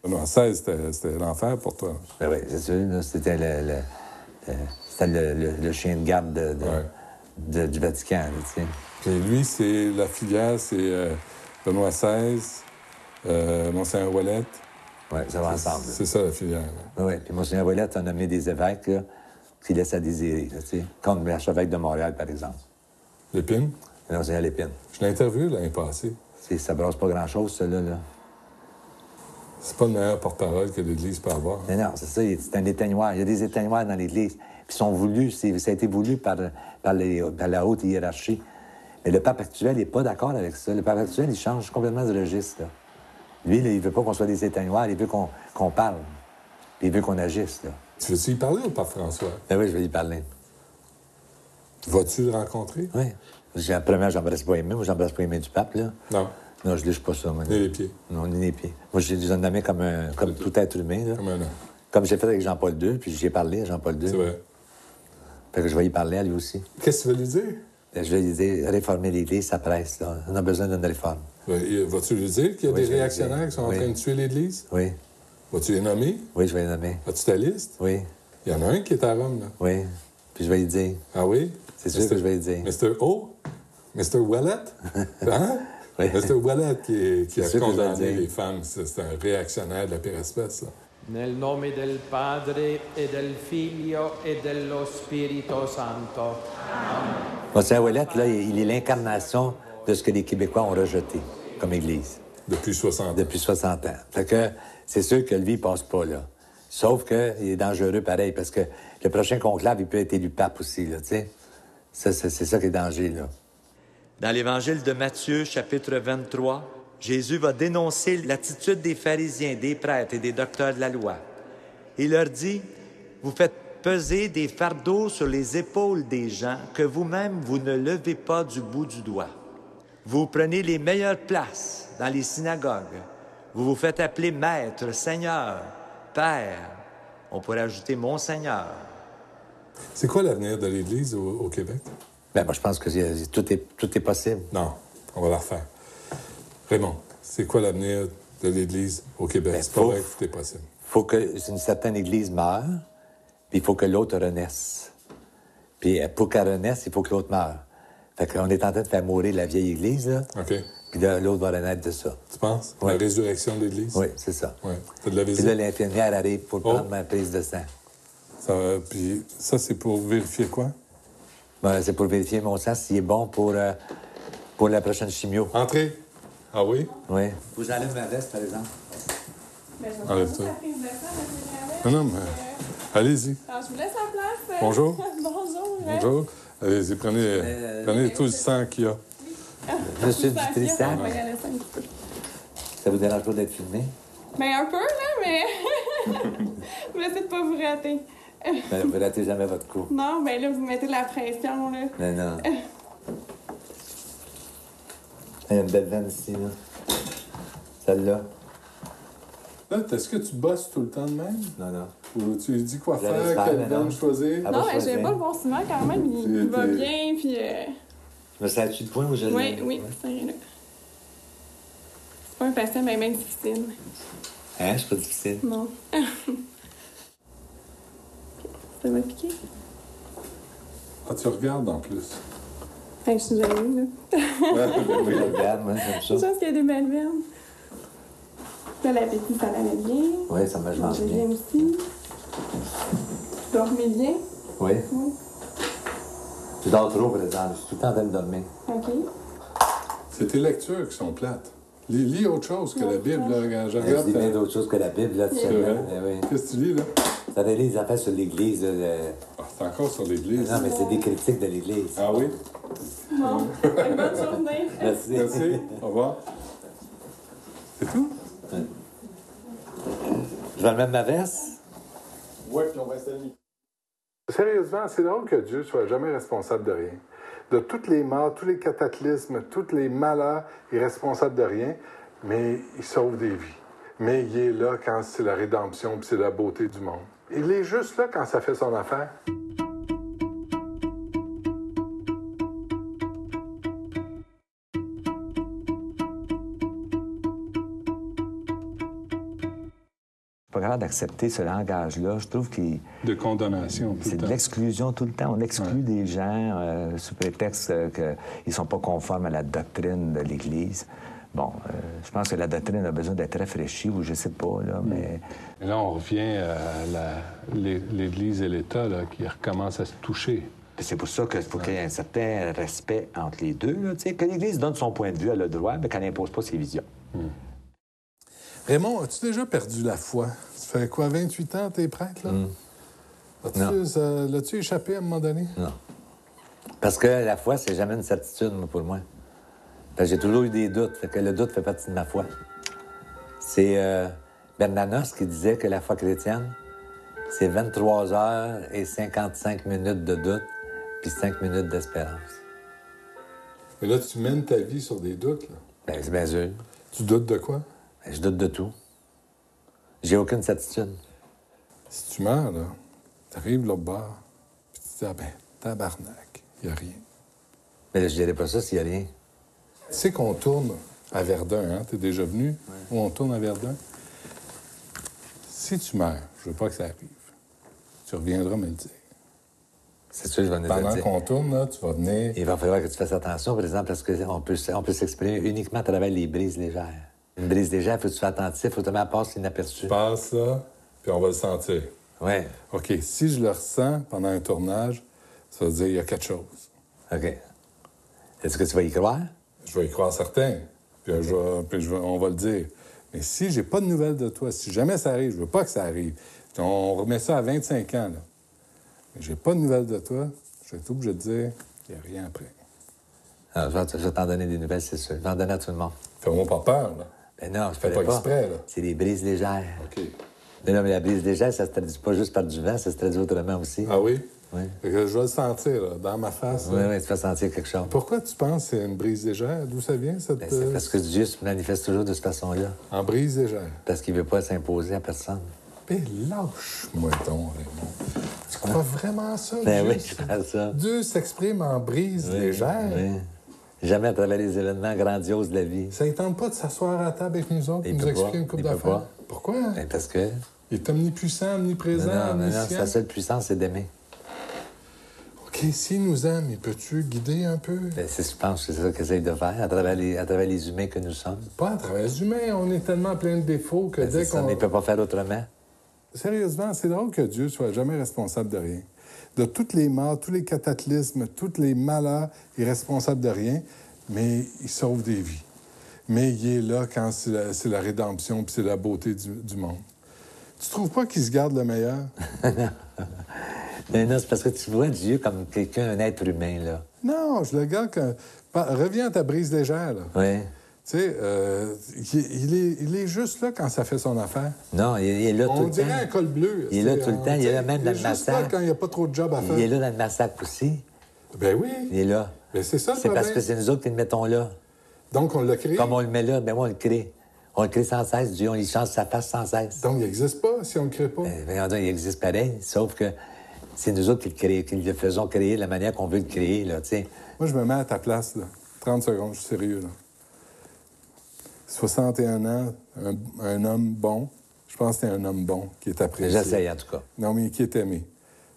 En 16, c'était- c'était l'enfer pour toi. Ben oui, c'est sûr, là, c'était le, le- le- c'était le- le- le chien de garde de- de- Ouais. de- du Vatican, là, tu sais. Puis lui, c'est la filière, c'est euh, Benoît XVI, euh, Monseigneur Ouellette. Ouais, ça va ensemble. là. C'est ça, la filière. là. Oui, puis Monseigneur Ouellette a nommé des évêques là, qui laissent à désirer, là, tu sais, comme l'archevêque de Montréal, par exemple, Lépine? et Monseigneur Lépine. Je l'ai interviewé l'année passée. Tu sais, ça brasse pas grand-chose, ça, là. là. C'est pas le meilleur porte-parole que l'Église peut avoir. hein. Mais non, c'est ça, il- c'est un éteignoir. Il y a des éteignoirs dans l'Église qui sont voulus, c'est- ça a été voulu par, par, les- par la haute hiérarchie. Mais le pape actuel n'est pas d'accord avec ça. Le pape actuel, il change complètement de registre. là. Lui, là, il veut pas qu'on soit des éteignoirs, il veut qu'on qu'on parle. Puis il veut qu'on agisse, là. Tu veux-tu y parler au pape François? Ben oui, je vais y parler. Vas-tu le rencontrer? Oui. J'ai- Premièrement, j'embrasse pas aimer. Moi, j'embrasse pas aimer du pape, là. Non. Non, je lèche pas ça, moi. Ni les pieds. Non, ni les pieds. Moi, je les ai nommés comme, un- comme tout être humain, là. Comme un homme. Comme j'ai fait avec Jean-Paul II, puis j'ai parlé à Jean-Paul C'est II. vrai. Fait que je vais y parler à lui aussi. Qu'est-ce que tu veux lui dire? Je vais lui dire, réformer l'Église, ça presse, là. On a besoin d'une réforme. Ben, il- Vas-tu lui dire qu'il y a Oui, des je vais lui réactionnaires dire. qui sont en Oui. train de tuer l'Église? Oui, Vas-tu les nommer? oui, je vais les nommer. As-tu ta liste? Oui, Il y en a un qui est à Rome, là. oui. Puis je vais lui dire. Ah oui? C'est sûr que je vais le dire. Mr. O? Mr. Wallet? Hein? Oui. Mr. Wallet qui, est- qui C'est a sûr que je vais le condamné dire. les femmes. C'est c'est un réactionnaire de la pire espèce, là. Nel nome del Padre e del Figlio e dello Spirito Santo. Monseigneur Ouellette, là, il il est l'incarnation de ce que les Québécois ont rejeté comme Église Depuis 60 ans. depuis 60 ans. Fait que c'est sûr que lui, il passe pas, là. Sauf qu'il est dangereux pareil, parce que le prochain conclave, il peut être élu pape aussi, là, tu sais. Ça, c'est c'est ça qui est danger, là. Dans l'Évangile de Matthieu, chapitre 23, Jésus va dénoncer l'attitude des pharisiens, des prêtres et des docteurs de la loi. Il leur dit, Vous faites peser des fardeaux sur les épaules des gens que vous-même vous ne levez pas du bout du doigt. Vous prenez les meilleures places dans les synagogues. Vous vous faites appeler maître, seigneur, père. On pourrait ajouter mon seigneur. C'est quoi l'avenir de l'Église au, au Québec? Ben, moi, je pense que c'est- tout est, tout est possible. Non, on va la refaire. Raymond, c'est quoi l'avenir de l'Église au Québec? Ben, c'est pas faut- vrai que tout est possible. faut que une certaine Église meure, puis il faut que l'autre renaisse. Puis euh, pour qu'elle renaisse, il faut que l'autre meure. Fait qu'on est en train de faire mourir la vieille Église, là, OK? puis là, l'autre va renaître de ça. Tu penses? Ouais. La résurrection de l'Église? Oui, c'est ça. Ouais. Oh. T'as de la Puis visite? là, l'infirmière arrive pour prendre ma prise de sang. Ça, va- puis ça, c'est pour vérifier quoi? Bon, Ben, c'est pour vérifier mon sang s'il est bon pour, euh, pour la prochaine chimio. Entrez! Ah oui? Oui. Vous enlevez ma veste, par exemple. Enlève-toi. Ah Non, non, mais... Allez-y. Alors, Ah, je vous laisse la place. euh, Bonjour. Bonjour. hein. Bonjour. Allez-y, prenez, Euh, prenez tout le sang qu'il y a. Monsieur du Ça vient, Tristan, on va y aller ça un petit peu. ça vous dérange pas d'être filmé? Mais un peu, là, mais. vous essayez de pas vous rater. Ben, vous ratez jamais votre coup. Non, mais là, vous mettez de la pression, là. Mais non. Il y a une belle vanne ici, là. Celle-là. Là, est-ce que tu bosses tout le temps de même? Non, non. Ou tu lui dis quoi La faire, laisse quelle faire, mais non. bande choisir? Ah, non, bah, mais j'ai choisis. pas le bon ciment quand même. Il, C'est- il va c'est- bien, puis. euh, Je me sers-tu de point ou je Oui, oui, c'est là. C'est pas un patient, mais même difficile. Hein, je suis pas difficile. Non. Ça m'a piqué. Ah, tu regardes en plus. Hey, je suis jalouse, là. Je regarde, moi, Je j'aime ça. pense qu'il y a des belles vernes. Là, l'appétit, ça l'allait bien. Oui, ça me je mange Mangez bien. bien aussi. Dormez bien. Oui. Oui. Je dors trop, par exemple. Je suis tout le temps en train de dormir. OK. C'est tes lectures qui sont plates. Lis, lis autre chose que la Bible, là, quand je Je regarde. dis bien ta- d'autres choses que la Bible, là, tu sais. C'est là. vrai? Eh oui. Qu'est-ce que tu lis, là? Ça donne des affaires sur l'Église. là, le- Ah, c'est encore sur l'Église. Non, mais c'est des critiques de l'Église. Ah oui? Bon, bonne journée. Merci. Merci. Au revoir. C'est tout? Je vais remettre ma veste. Sérieusement, c'est drôle que Dieu soit jamais responsable de rien. De toutes les morts, tous les cataclysmes, tous les malheurs, il est responsable de rien, mais il sauve des vies. Mais il est là quand c'est la rédemption puis c'est la beauté du monde. Il est juste là quand ça fait son affaire. suis pas capable d'accepter ce langage-là. Je trouve que De condamnation, c'est de l'exclusion tout le temps. On exclut des gens euh, sous prétexte euh, qu'ils ne sont pas conformes à la doctrine de l'Église. Bon, euh, je pense que la doctrine a besoin d'être rafraîchie ou je sais pas, là, mais... Et Là, on revient à la- l'É- l'Église et l'État là, qui recommencent à se toucher. C'est pour ça qu'il faut qu'il y ait un certain respect entre les deux. Là, tu sais. que l'Église donne son point de vue, elle a le droit, mais qu'elle n'impose pas ses visions. Raymond, as-tu déjà perdu la foi? Ça fait quoi, 28 ans, t'es prêtre, là? Non. As-tu, euh, L'as-tu échappé à un moment donné? Parce que la foi, c'est jamais une certitude moi, pour moi. Fait que J'ai toujours eu des doutes. Fait que le doute fait partie de ma foi. C'est euh, Bernanos qui disait que la foi chrétienne, c'est 23 heures et 55 minutes de doute, puis 5 minutes d'espérance. Mais là, tu mènes ta vie sur des doutes. Là. Ben, c'est bien sûr. Tu doutes de quoi? Ben, je doute de tout. J'ai aucune certitude. Si tu meurs, là, t'arrives l'autre bord, puis tu te dis, ah ben, tabarnak, y a rien. Mais là, je dirais pas ça s'il y a rien. Tu sais qu'on tourne à Verdun, hein? T'es déjà venu? Où on tourne à Verdun? Si tu meurs, je veux pas que ça arrive. Tu reviendras me le dire. C'est sûr, je vais venir te Pendant le dire. qu'on tourne, là, tu vas venir. Il va falloir que tu fasses attention, par exemple, parce qu'on peut, s- on peut s'exprimer uniquement à travers les brises légères. Une brise légère, faut que tu sois attentif, faut que tu m'en passes inaperçu. Tu passes là, puis on va le sentir. Ouais, OK, si je le ressens pendant un tournage, ça veut dire qu'il y a quelque chose. OK. Est-ce que tu vas y croire? Je vais y croire certain, puis, je vais- puis je vais- on va le dire. Mais si j'ai pas de nouvelles de toi, si jamais ça arrive, je veux pas que ça arrive. On remet ça à 25 ans, là. Mais j'ai pas de nouvelles de toi, je vais être obligé de dire qu'il n'y a rien après. Alors, Ah, je vais, te- je vais t'en donner des nouvelles, c'est sûr. Je vais en donner à tout le monde. Fais-moi pas peur, là. Ben non, je Fais fais pas exprès, là. C'est des brises légères. OK. Mais non, mais la brise légère, ça se traduit pas juste par du vent, ça se traduit autrement aussi. Ah oui? Oui. Fait que je vais le sentir, là, dans ma face. Oui, là. oui, tu fais sentir quelque chose. Pourquoi tu penses que c'est une brise légère? D'où ça vient, cette... Ben, euh, c'est parce que Dieu se manifeste toujours de cette façon-là. En brise légère. Parce qu'il veut pas s'imposer à personne. Mais lâche-moi donc, Raymond. Tu crois vraiment à ça? Ben Dieu? oui, je pense ça. Dieu s'exprime en brise légère. Oui. Jamais à travers les événements grandioses de la vie. Ça ne tente pas de s'asseoir à la table avec nous autres et Il nous peut expliquer pas. une couple Il peut d'affaires. pas. Pourquoi? Ben, parce que. Il est omnipuissant, Non, omniprésent, non, non, non, omniscient. sa seule puissance, c'est d'aimer. OK, s'il nous aime, il peut-tu guider un peu? Ben, c'est, je pense que c'est ça qu'il essaye de faire à travers, les, à travers les humains que nous sommes. Pas à travers les humains. On est tellement plein de défauts que Ben, c'est dès ça, qu'on... mais il peut pas faire autrement. Sérieusement, c'est drôle que Dieu soit jamais responsable de rien. De toutes les morts, tous les cataclysmes, tous les malheurs, il est responsable de rien, mais il sauve des vies. Mais il est là quand c'est la, c'est la rédemption puis c'est la beauté du, du monde. Tu trouves pas qu'il se garde le meilleur? Mais non, c'est parce que tu vois Dieu comme quelqu'un, un être humain, là. non, je le garde que... Pa- Reviens à ta brise légère, là. Oui. Tu sais, euh, il, il est, il est juste là quand ça fait son affaire. Non, il, il est là On tout le dirait un temps. col bleu. Il est là C'est- tout le on- temps, il est là tu sais, même dans le Il est juste là massacre. quand il n'y a pas trop de job à faire. Il est là dans le massacre aussi. Ben oui. Il est là. Mais Ben, c'est ça, le C'est parce problème. que c'est nous autres qui le mettons là. Donc, on l'a créé. Comme on le met là, ben moi, on le crée. On le crée sans cesse, Dieu, on lui change sa face sans cesse. Donc, il n'existe pas si on ne le crée pas. Ben, voyons donc, il existe pareil, sauf que c'est nous autres qui le, créons, qui le faisons créer de la manière qu'on veut le créer, là, tu sais. Moi, je me mets à ta place, là. 30 secondes, je suis sérieux, là. 61 ans, un, un homme bon. Je pense que t'es un homme bon qui est apprécié. J'essaye, en tout cas. Non, mais qui est aimé.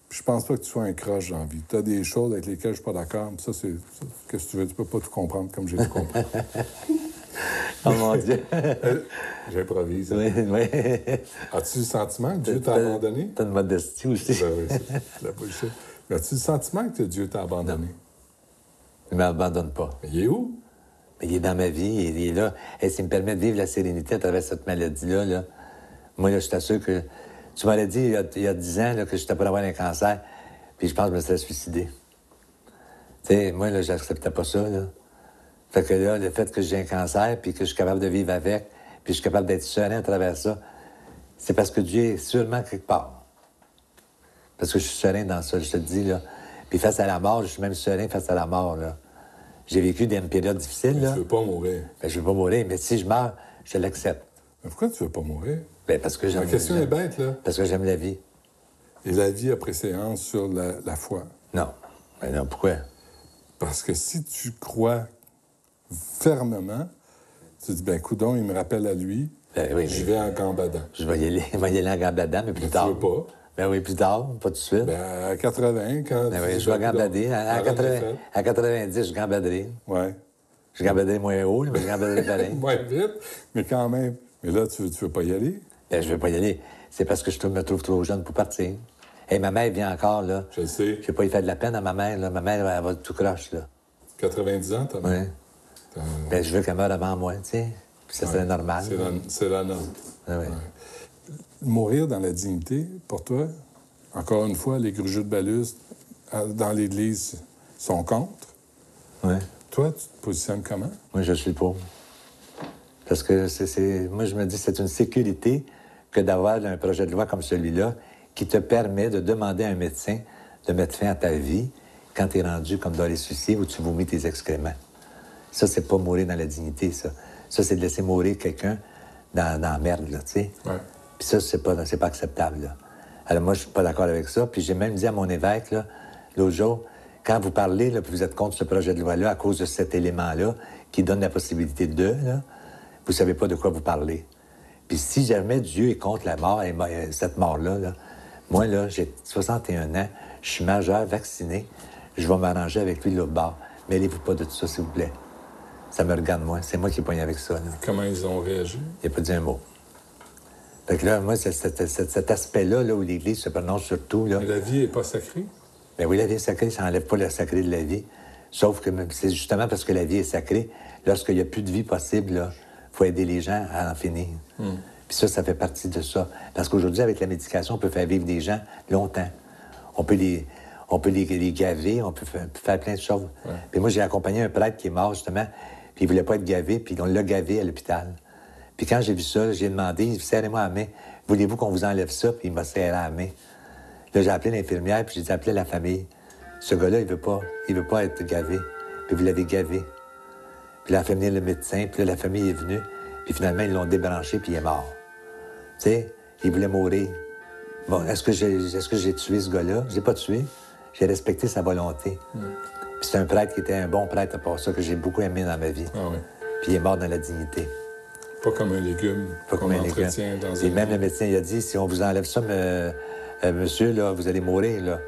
Puis je pense pas que tu sois un croche, j'ai envie. T'as des choses avec lesquelles je suis pas d'accord. puis Ça, c'est... ça, Qu'est-ce que tu veux? Tu peux pas tout comprendre comme j'ai tout compris. Euh, Oh mon Dieu! J'improvise. oui, oui. As-tu le sentiment que Dieu t'a abandonné? T'as une modestie aussi. Ben oui, c'est de la bullshit. Mais as-tu le sentiment que Dieu t'a abandonné? Il m'abandonne pas. Mais il est où? Mais il est dans ma vie, il est là. Et s'il me permet de vivre la sérénité à travers cette maladie-là, là, moi, là, je t'assure que... Tu m'aurais dit, il y a- il y a dix ans, là, que j'étais pour avoir un cancer, puis je pense que je me serais suicidé. Tu sais, moi, là, j'acceptais pas ça, là. Fait que là, le fait que j'ai un cancer, puis que je suis capable de vivre avec, puis je suis capable d'être serein à travers ça, c'est parce que Dieu est sûrement quelque part. Parce que je suis serein dans ça, je te le dis, là. Puis face à la mort, je suis même serein face à la mort, là. J'ai vécu des périodes difficiles, là. Tu veux pas mourir. Ben, je veux pas mourir, mais si je meurs, je l'accepte. Mais pourquoi tu veux pas mourir? Ben, parce que j'aime La question est j'aime- bête, là. Parce que j'aime la vie. Et la vie a préséance sur la, la foi. Non. Ben non, pourquoi? Parce que si tu crois fermement, tu dis, ben, coudon, il me rappelle à lui, Ben oui, j'y mais vais en gambadant. je vais y aller, je vais y aller en gambadant, mais plus Mais tu tard. veux pas. Ben oui, plus tard, pas tout de suite. Ben, à 80, quand. Ben tu oui, dis, je vais ben, coudon, gambader. À, à arrête de 80 faire. à 90, je gambaderai. Ouais. Je gambaderai moins haut, là, mais je gambaderai pareil. Moins vite, mais quand même. Mais là, tu veux, tu veux pas y aller? ben, je vais pas y aller. C'est parce que je trouve- me trouve trop jeune pour partir. Et ma mère vient encore, là. Je le sais. Je vais pas y faire de la peine à ma mère, là. Ma mère, elle va tout croche, là. 90 ans, t'as Ouais. Ben, je veux qu'elle meure avant moi, tu sais. Puis ça serait normal. C'est la, c'est la norme. Ah ouais. Mourir dans la dignité, pour toi, encore une fois, les grugeux de balustre à- dans l'Église sont contre. Ouais. Toi, tu te positionnes comment? Moi, je suis pauvre. Parce que c'est, c'est- moi, je me dis, c'est une sécurité que d'avoir un projet de loi comme celui-là qui te permet de demander à un médecin de mettre fin à ta vie quand tu es rendu comme dans les soucis où tu vomis tes excréments. Ça, c'est pas mourir dans la dignité, ça. Ça, c'est de laisser mourir quelqu'un dans, dans la merde, là, tu sais. Ouais. Puis ça, c'est pas, c'est pas acceptable, là. Alors, moi, je suis pas d'accord avec ça. Puis j'ai même dit à mon évêque, là, l'autre jour, quand vous parlez, là, puis vous êtes contre ce projet de loi-là à cause de cet élément-là qui donne la possibilité de, là, vous savez pas de quoi vous parlez. Puis si jamais Dieu est contre la mort, et mo- euh, cette mort-là, là, moi, là, j'ai 61 ans, je suis majeur, vacciné, je vais m'arranger avec lui de l'autre bord. Mêlez-vous pas de tout ça, s'il vous plaît. Ça me regarde, moi. C'est moi qui ai poigné avec ça, là. Comment ils ont réagi? Il n'a pas dit un mot. Fait que là, moi, c'est- c'est- c'est- cet aspect-là, là, où l'Église se prononce surtout, là, Mais la vie n'est pas sacrée. mais Ben oui, la vie est sacrée, ça n'enlève pas le sacré de la vie. Sauf que même- c'est justement parce que la vie est sacrée, lorsqu'il n'y a plus de vie possible, il faut aider les gens à en finir. Puis ça, ça fait partie de ça. Parce qu'aujourd'hui, avec la médication, on peut faire vivre des gens longtemps. On peut les, on peut les, les gaver, on peut faire, faire plein de choses. Puis moi, j'ai accompagné un prêtre qui est mort, justement, puis il voulait pas être gavé, puis on l'a gavé à l'hôpital. Puis quand j'ai vu ça, j'ai demandé, serrez-moi la main, voulez-vous qu'on vous enlève ça? Puis il m'a serré la main. Là, j'ai appelé l'infirmière, puis j'ai dit, appelez la famille. Ce gars-là, il veut pas. Il veut pas être gavé. Puis vous l'avez gavé. Puis là, elle a fait venir le médecin, puis là, la famille est venue. Puis finalement, ils l'ont débranché, puis il est mort. Tu sais, il voulait mourir. Bon, est-ce que j'ai, est-ce que j'ai tué ce gars-là? Je l'ai pas tué. J'ai respecté sa volonté. Puis c'est un prêtre qui était un bon prêtre, à part ça, que j'ai beaucoup aimé dans ma vie. Ah oui. Puis il est mort dans la dignité. Pas comme un légume Pas qu'on comme un élégant. entretient dans Et un... même le médecin, il a dit, si on vous enlève ça, me- euh, monsieur, là, vous allez mourir, là.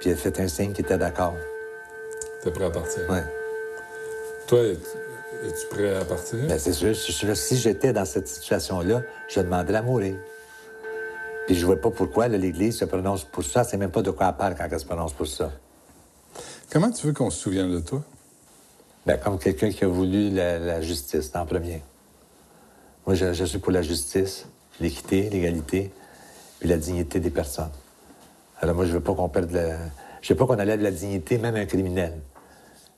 Puis il a fait un signe qu'il était d'accord. T'es prêt à partir. Ouais. Toi, es- es-tu prêt à partir? Ben, c'est sûr, si, si- si j'étais dans cette situation-là, je demanderais à mourir. Puis je vois pas pourquoi là, l'Église se prononce pour ça. C'est même pas de quoi elle parle quand elle se prononce pour ça. Comment tu veux qu'on se souvienne de toi? Ben, comme quelqu'un qui a voulu la, la justice en premier. Moi, je, je suis pour la justice, l'équité, l'égalité, puis la dignité des personnes. Alors moi, je veux pas qu'on perde la... Je veux pas qu'on enlève la dignité, même à un criminel.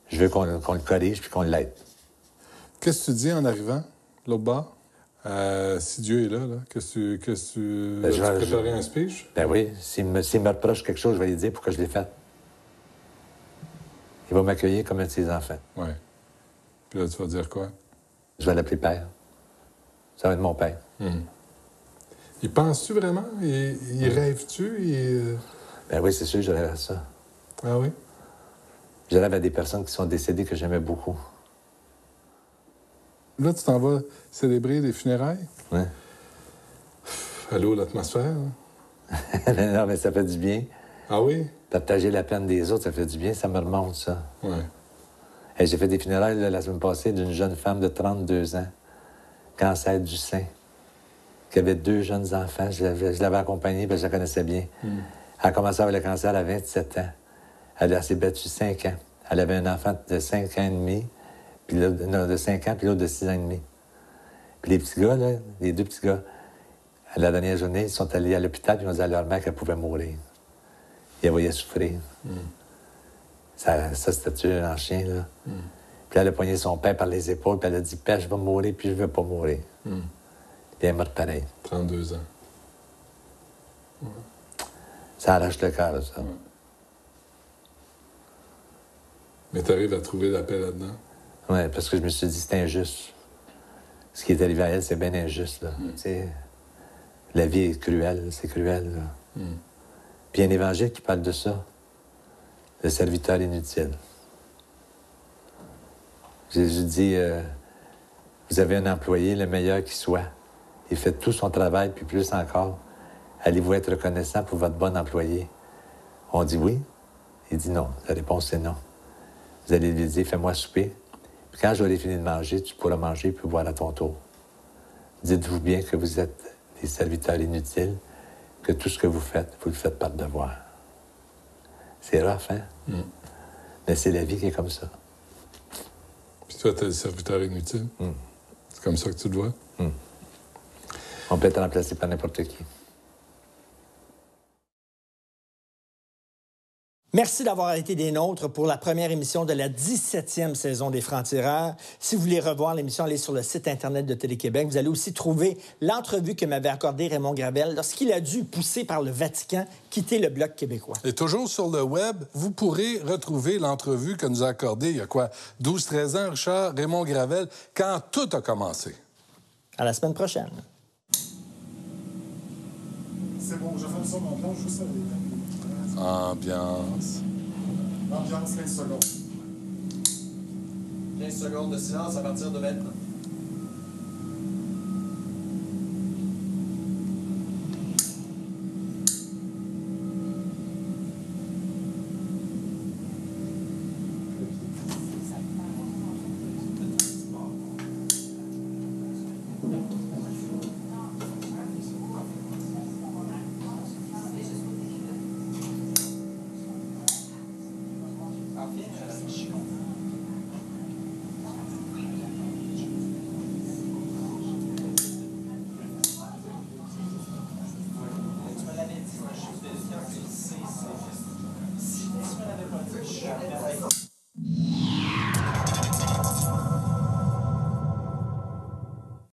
Je veux qu'on qu'on le corrige puis qu'on l'aide. Qu'est-ce que tu dis en arrivant, l'autre bord? Euh, si Dieu est là, là, qu'est-ce que tu... Qu'est-ce que tu... Ben, je as-tu vais- préparé je- un speech? Ben oui, s'il me, s'il me reproche quelque chose, je vais lui dire pourquoi je l'ai fait. Il va m'accueillir comme un de ses enfants. Ouais. Puis là, tu vas dire quoi? Je vais l'appeler père. Ça va être mon père. Il pense-tu vraiment? Il, il rêve-tu? Il, euh, Ben oui, c'est sûr, je rêve à ça. Ah oui? Je rêve à des personnes qui sont décédées que j'aimais beaucoup. Là, tu t'en vas célébrer les funérailles? Ouais. Allô, l'atmosphère? hein? non, mais ça fait du bien. Ah oui? Partager la peine des autres, ça fait du bien, ça me remonte, ça. Ouais. Et j'ai fait des funérailles là, la semaine passée d'une jeune femme de 32 ans, cancer du sein, qui avait deux jeunes enfants. Je l'avais, je l'avais accompagnée parce que je la connaissais bien. Elle a commencé avec le cancer à 27 ans. Elle, elle s'est battue 5 ans. Elle avait un enfant de 5 ans et demi, puis l'autre- non, de 5 ans, puis l'autre de 6 ans et demi. Puis les petits gars, là, les deux petits gars, à la dernière journée, ils sont allés à l'hôpital puis ils ont dit à leur mère qu'elle pouvait mourir. Ils la voyaient souffrir. Ça, ça c'était tué en chien, là. Puis elle a poigné son père par les épaules, puis elle a dit Père, je vais mourir, puis je veux pas mourir. Puis elle est morte pareil. 32 ans. Ça arrache le cœur, ça. Mais t'arrives à trouver la paix là-dedans? Ouais, parce que je me suis dit, c'est injuste. Ce qui est arrivé à elle, c'est bien injuste, là. Tu sais, La vie est cruelle, c'est cruel, là. Puis il y a un évangile qui parle de ça. Le serviteur inutile. Jésus dit, euh, vous avez un employé, le meilleur qui soit. Il fait tout son travail, puis plus encore. Allez-vous être reconnaissant pour votre bon employé? On dit oui. Il dit non. La réponse est non. Vous allez lui dire, fais-moi souper. Puis quand j'aurai fini de manger, tu pourras manger puis boire à ton tour. Dites-vous bien que vous êtes des serviteurs inutiles, que tout ce que vous faites, vous le faites par devoir. C'est rough, hein? Mais c'est la vie qui est comme ça. Puis toi, t'es le serviteur inutile? C'est comme ça que tu le vois? On peut être remplacé par n'importe qui. Merci d'avoir été des nôtres pour la première émission de la 17e saison des Francs-Tireurs. Si vous voulez revoir l'émission, allez sur le site Internet de Télé-Québec. Vous allez aussi trouver l'entrevue que m'avait accordée Raymond Gravel lorsqu'il a dû, poussé par le Vatican, quitter le Bloc québécois. Et toujours sur le web, vous pourrez retrouver l'entrevue que nous a accordée il y a quoi, 12-13 ans, Richard, Raymond Gravel, quand tout a commencé. À la semaine prochaine. C'est bon, je ferme ça mon plan, juste avec Ambiance. l'ambiance 15 secondes. 15 secondes de silence à partir de maintenant.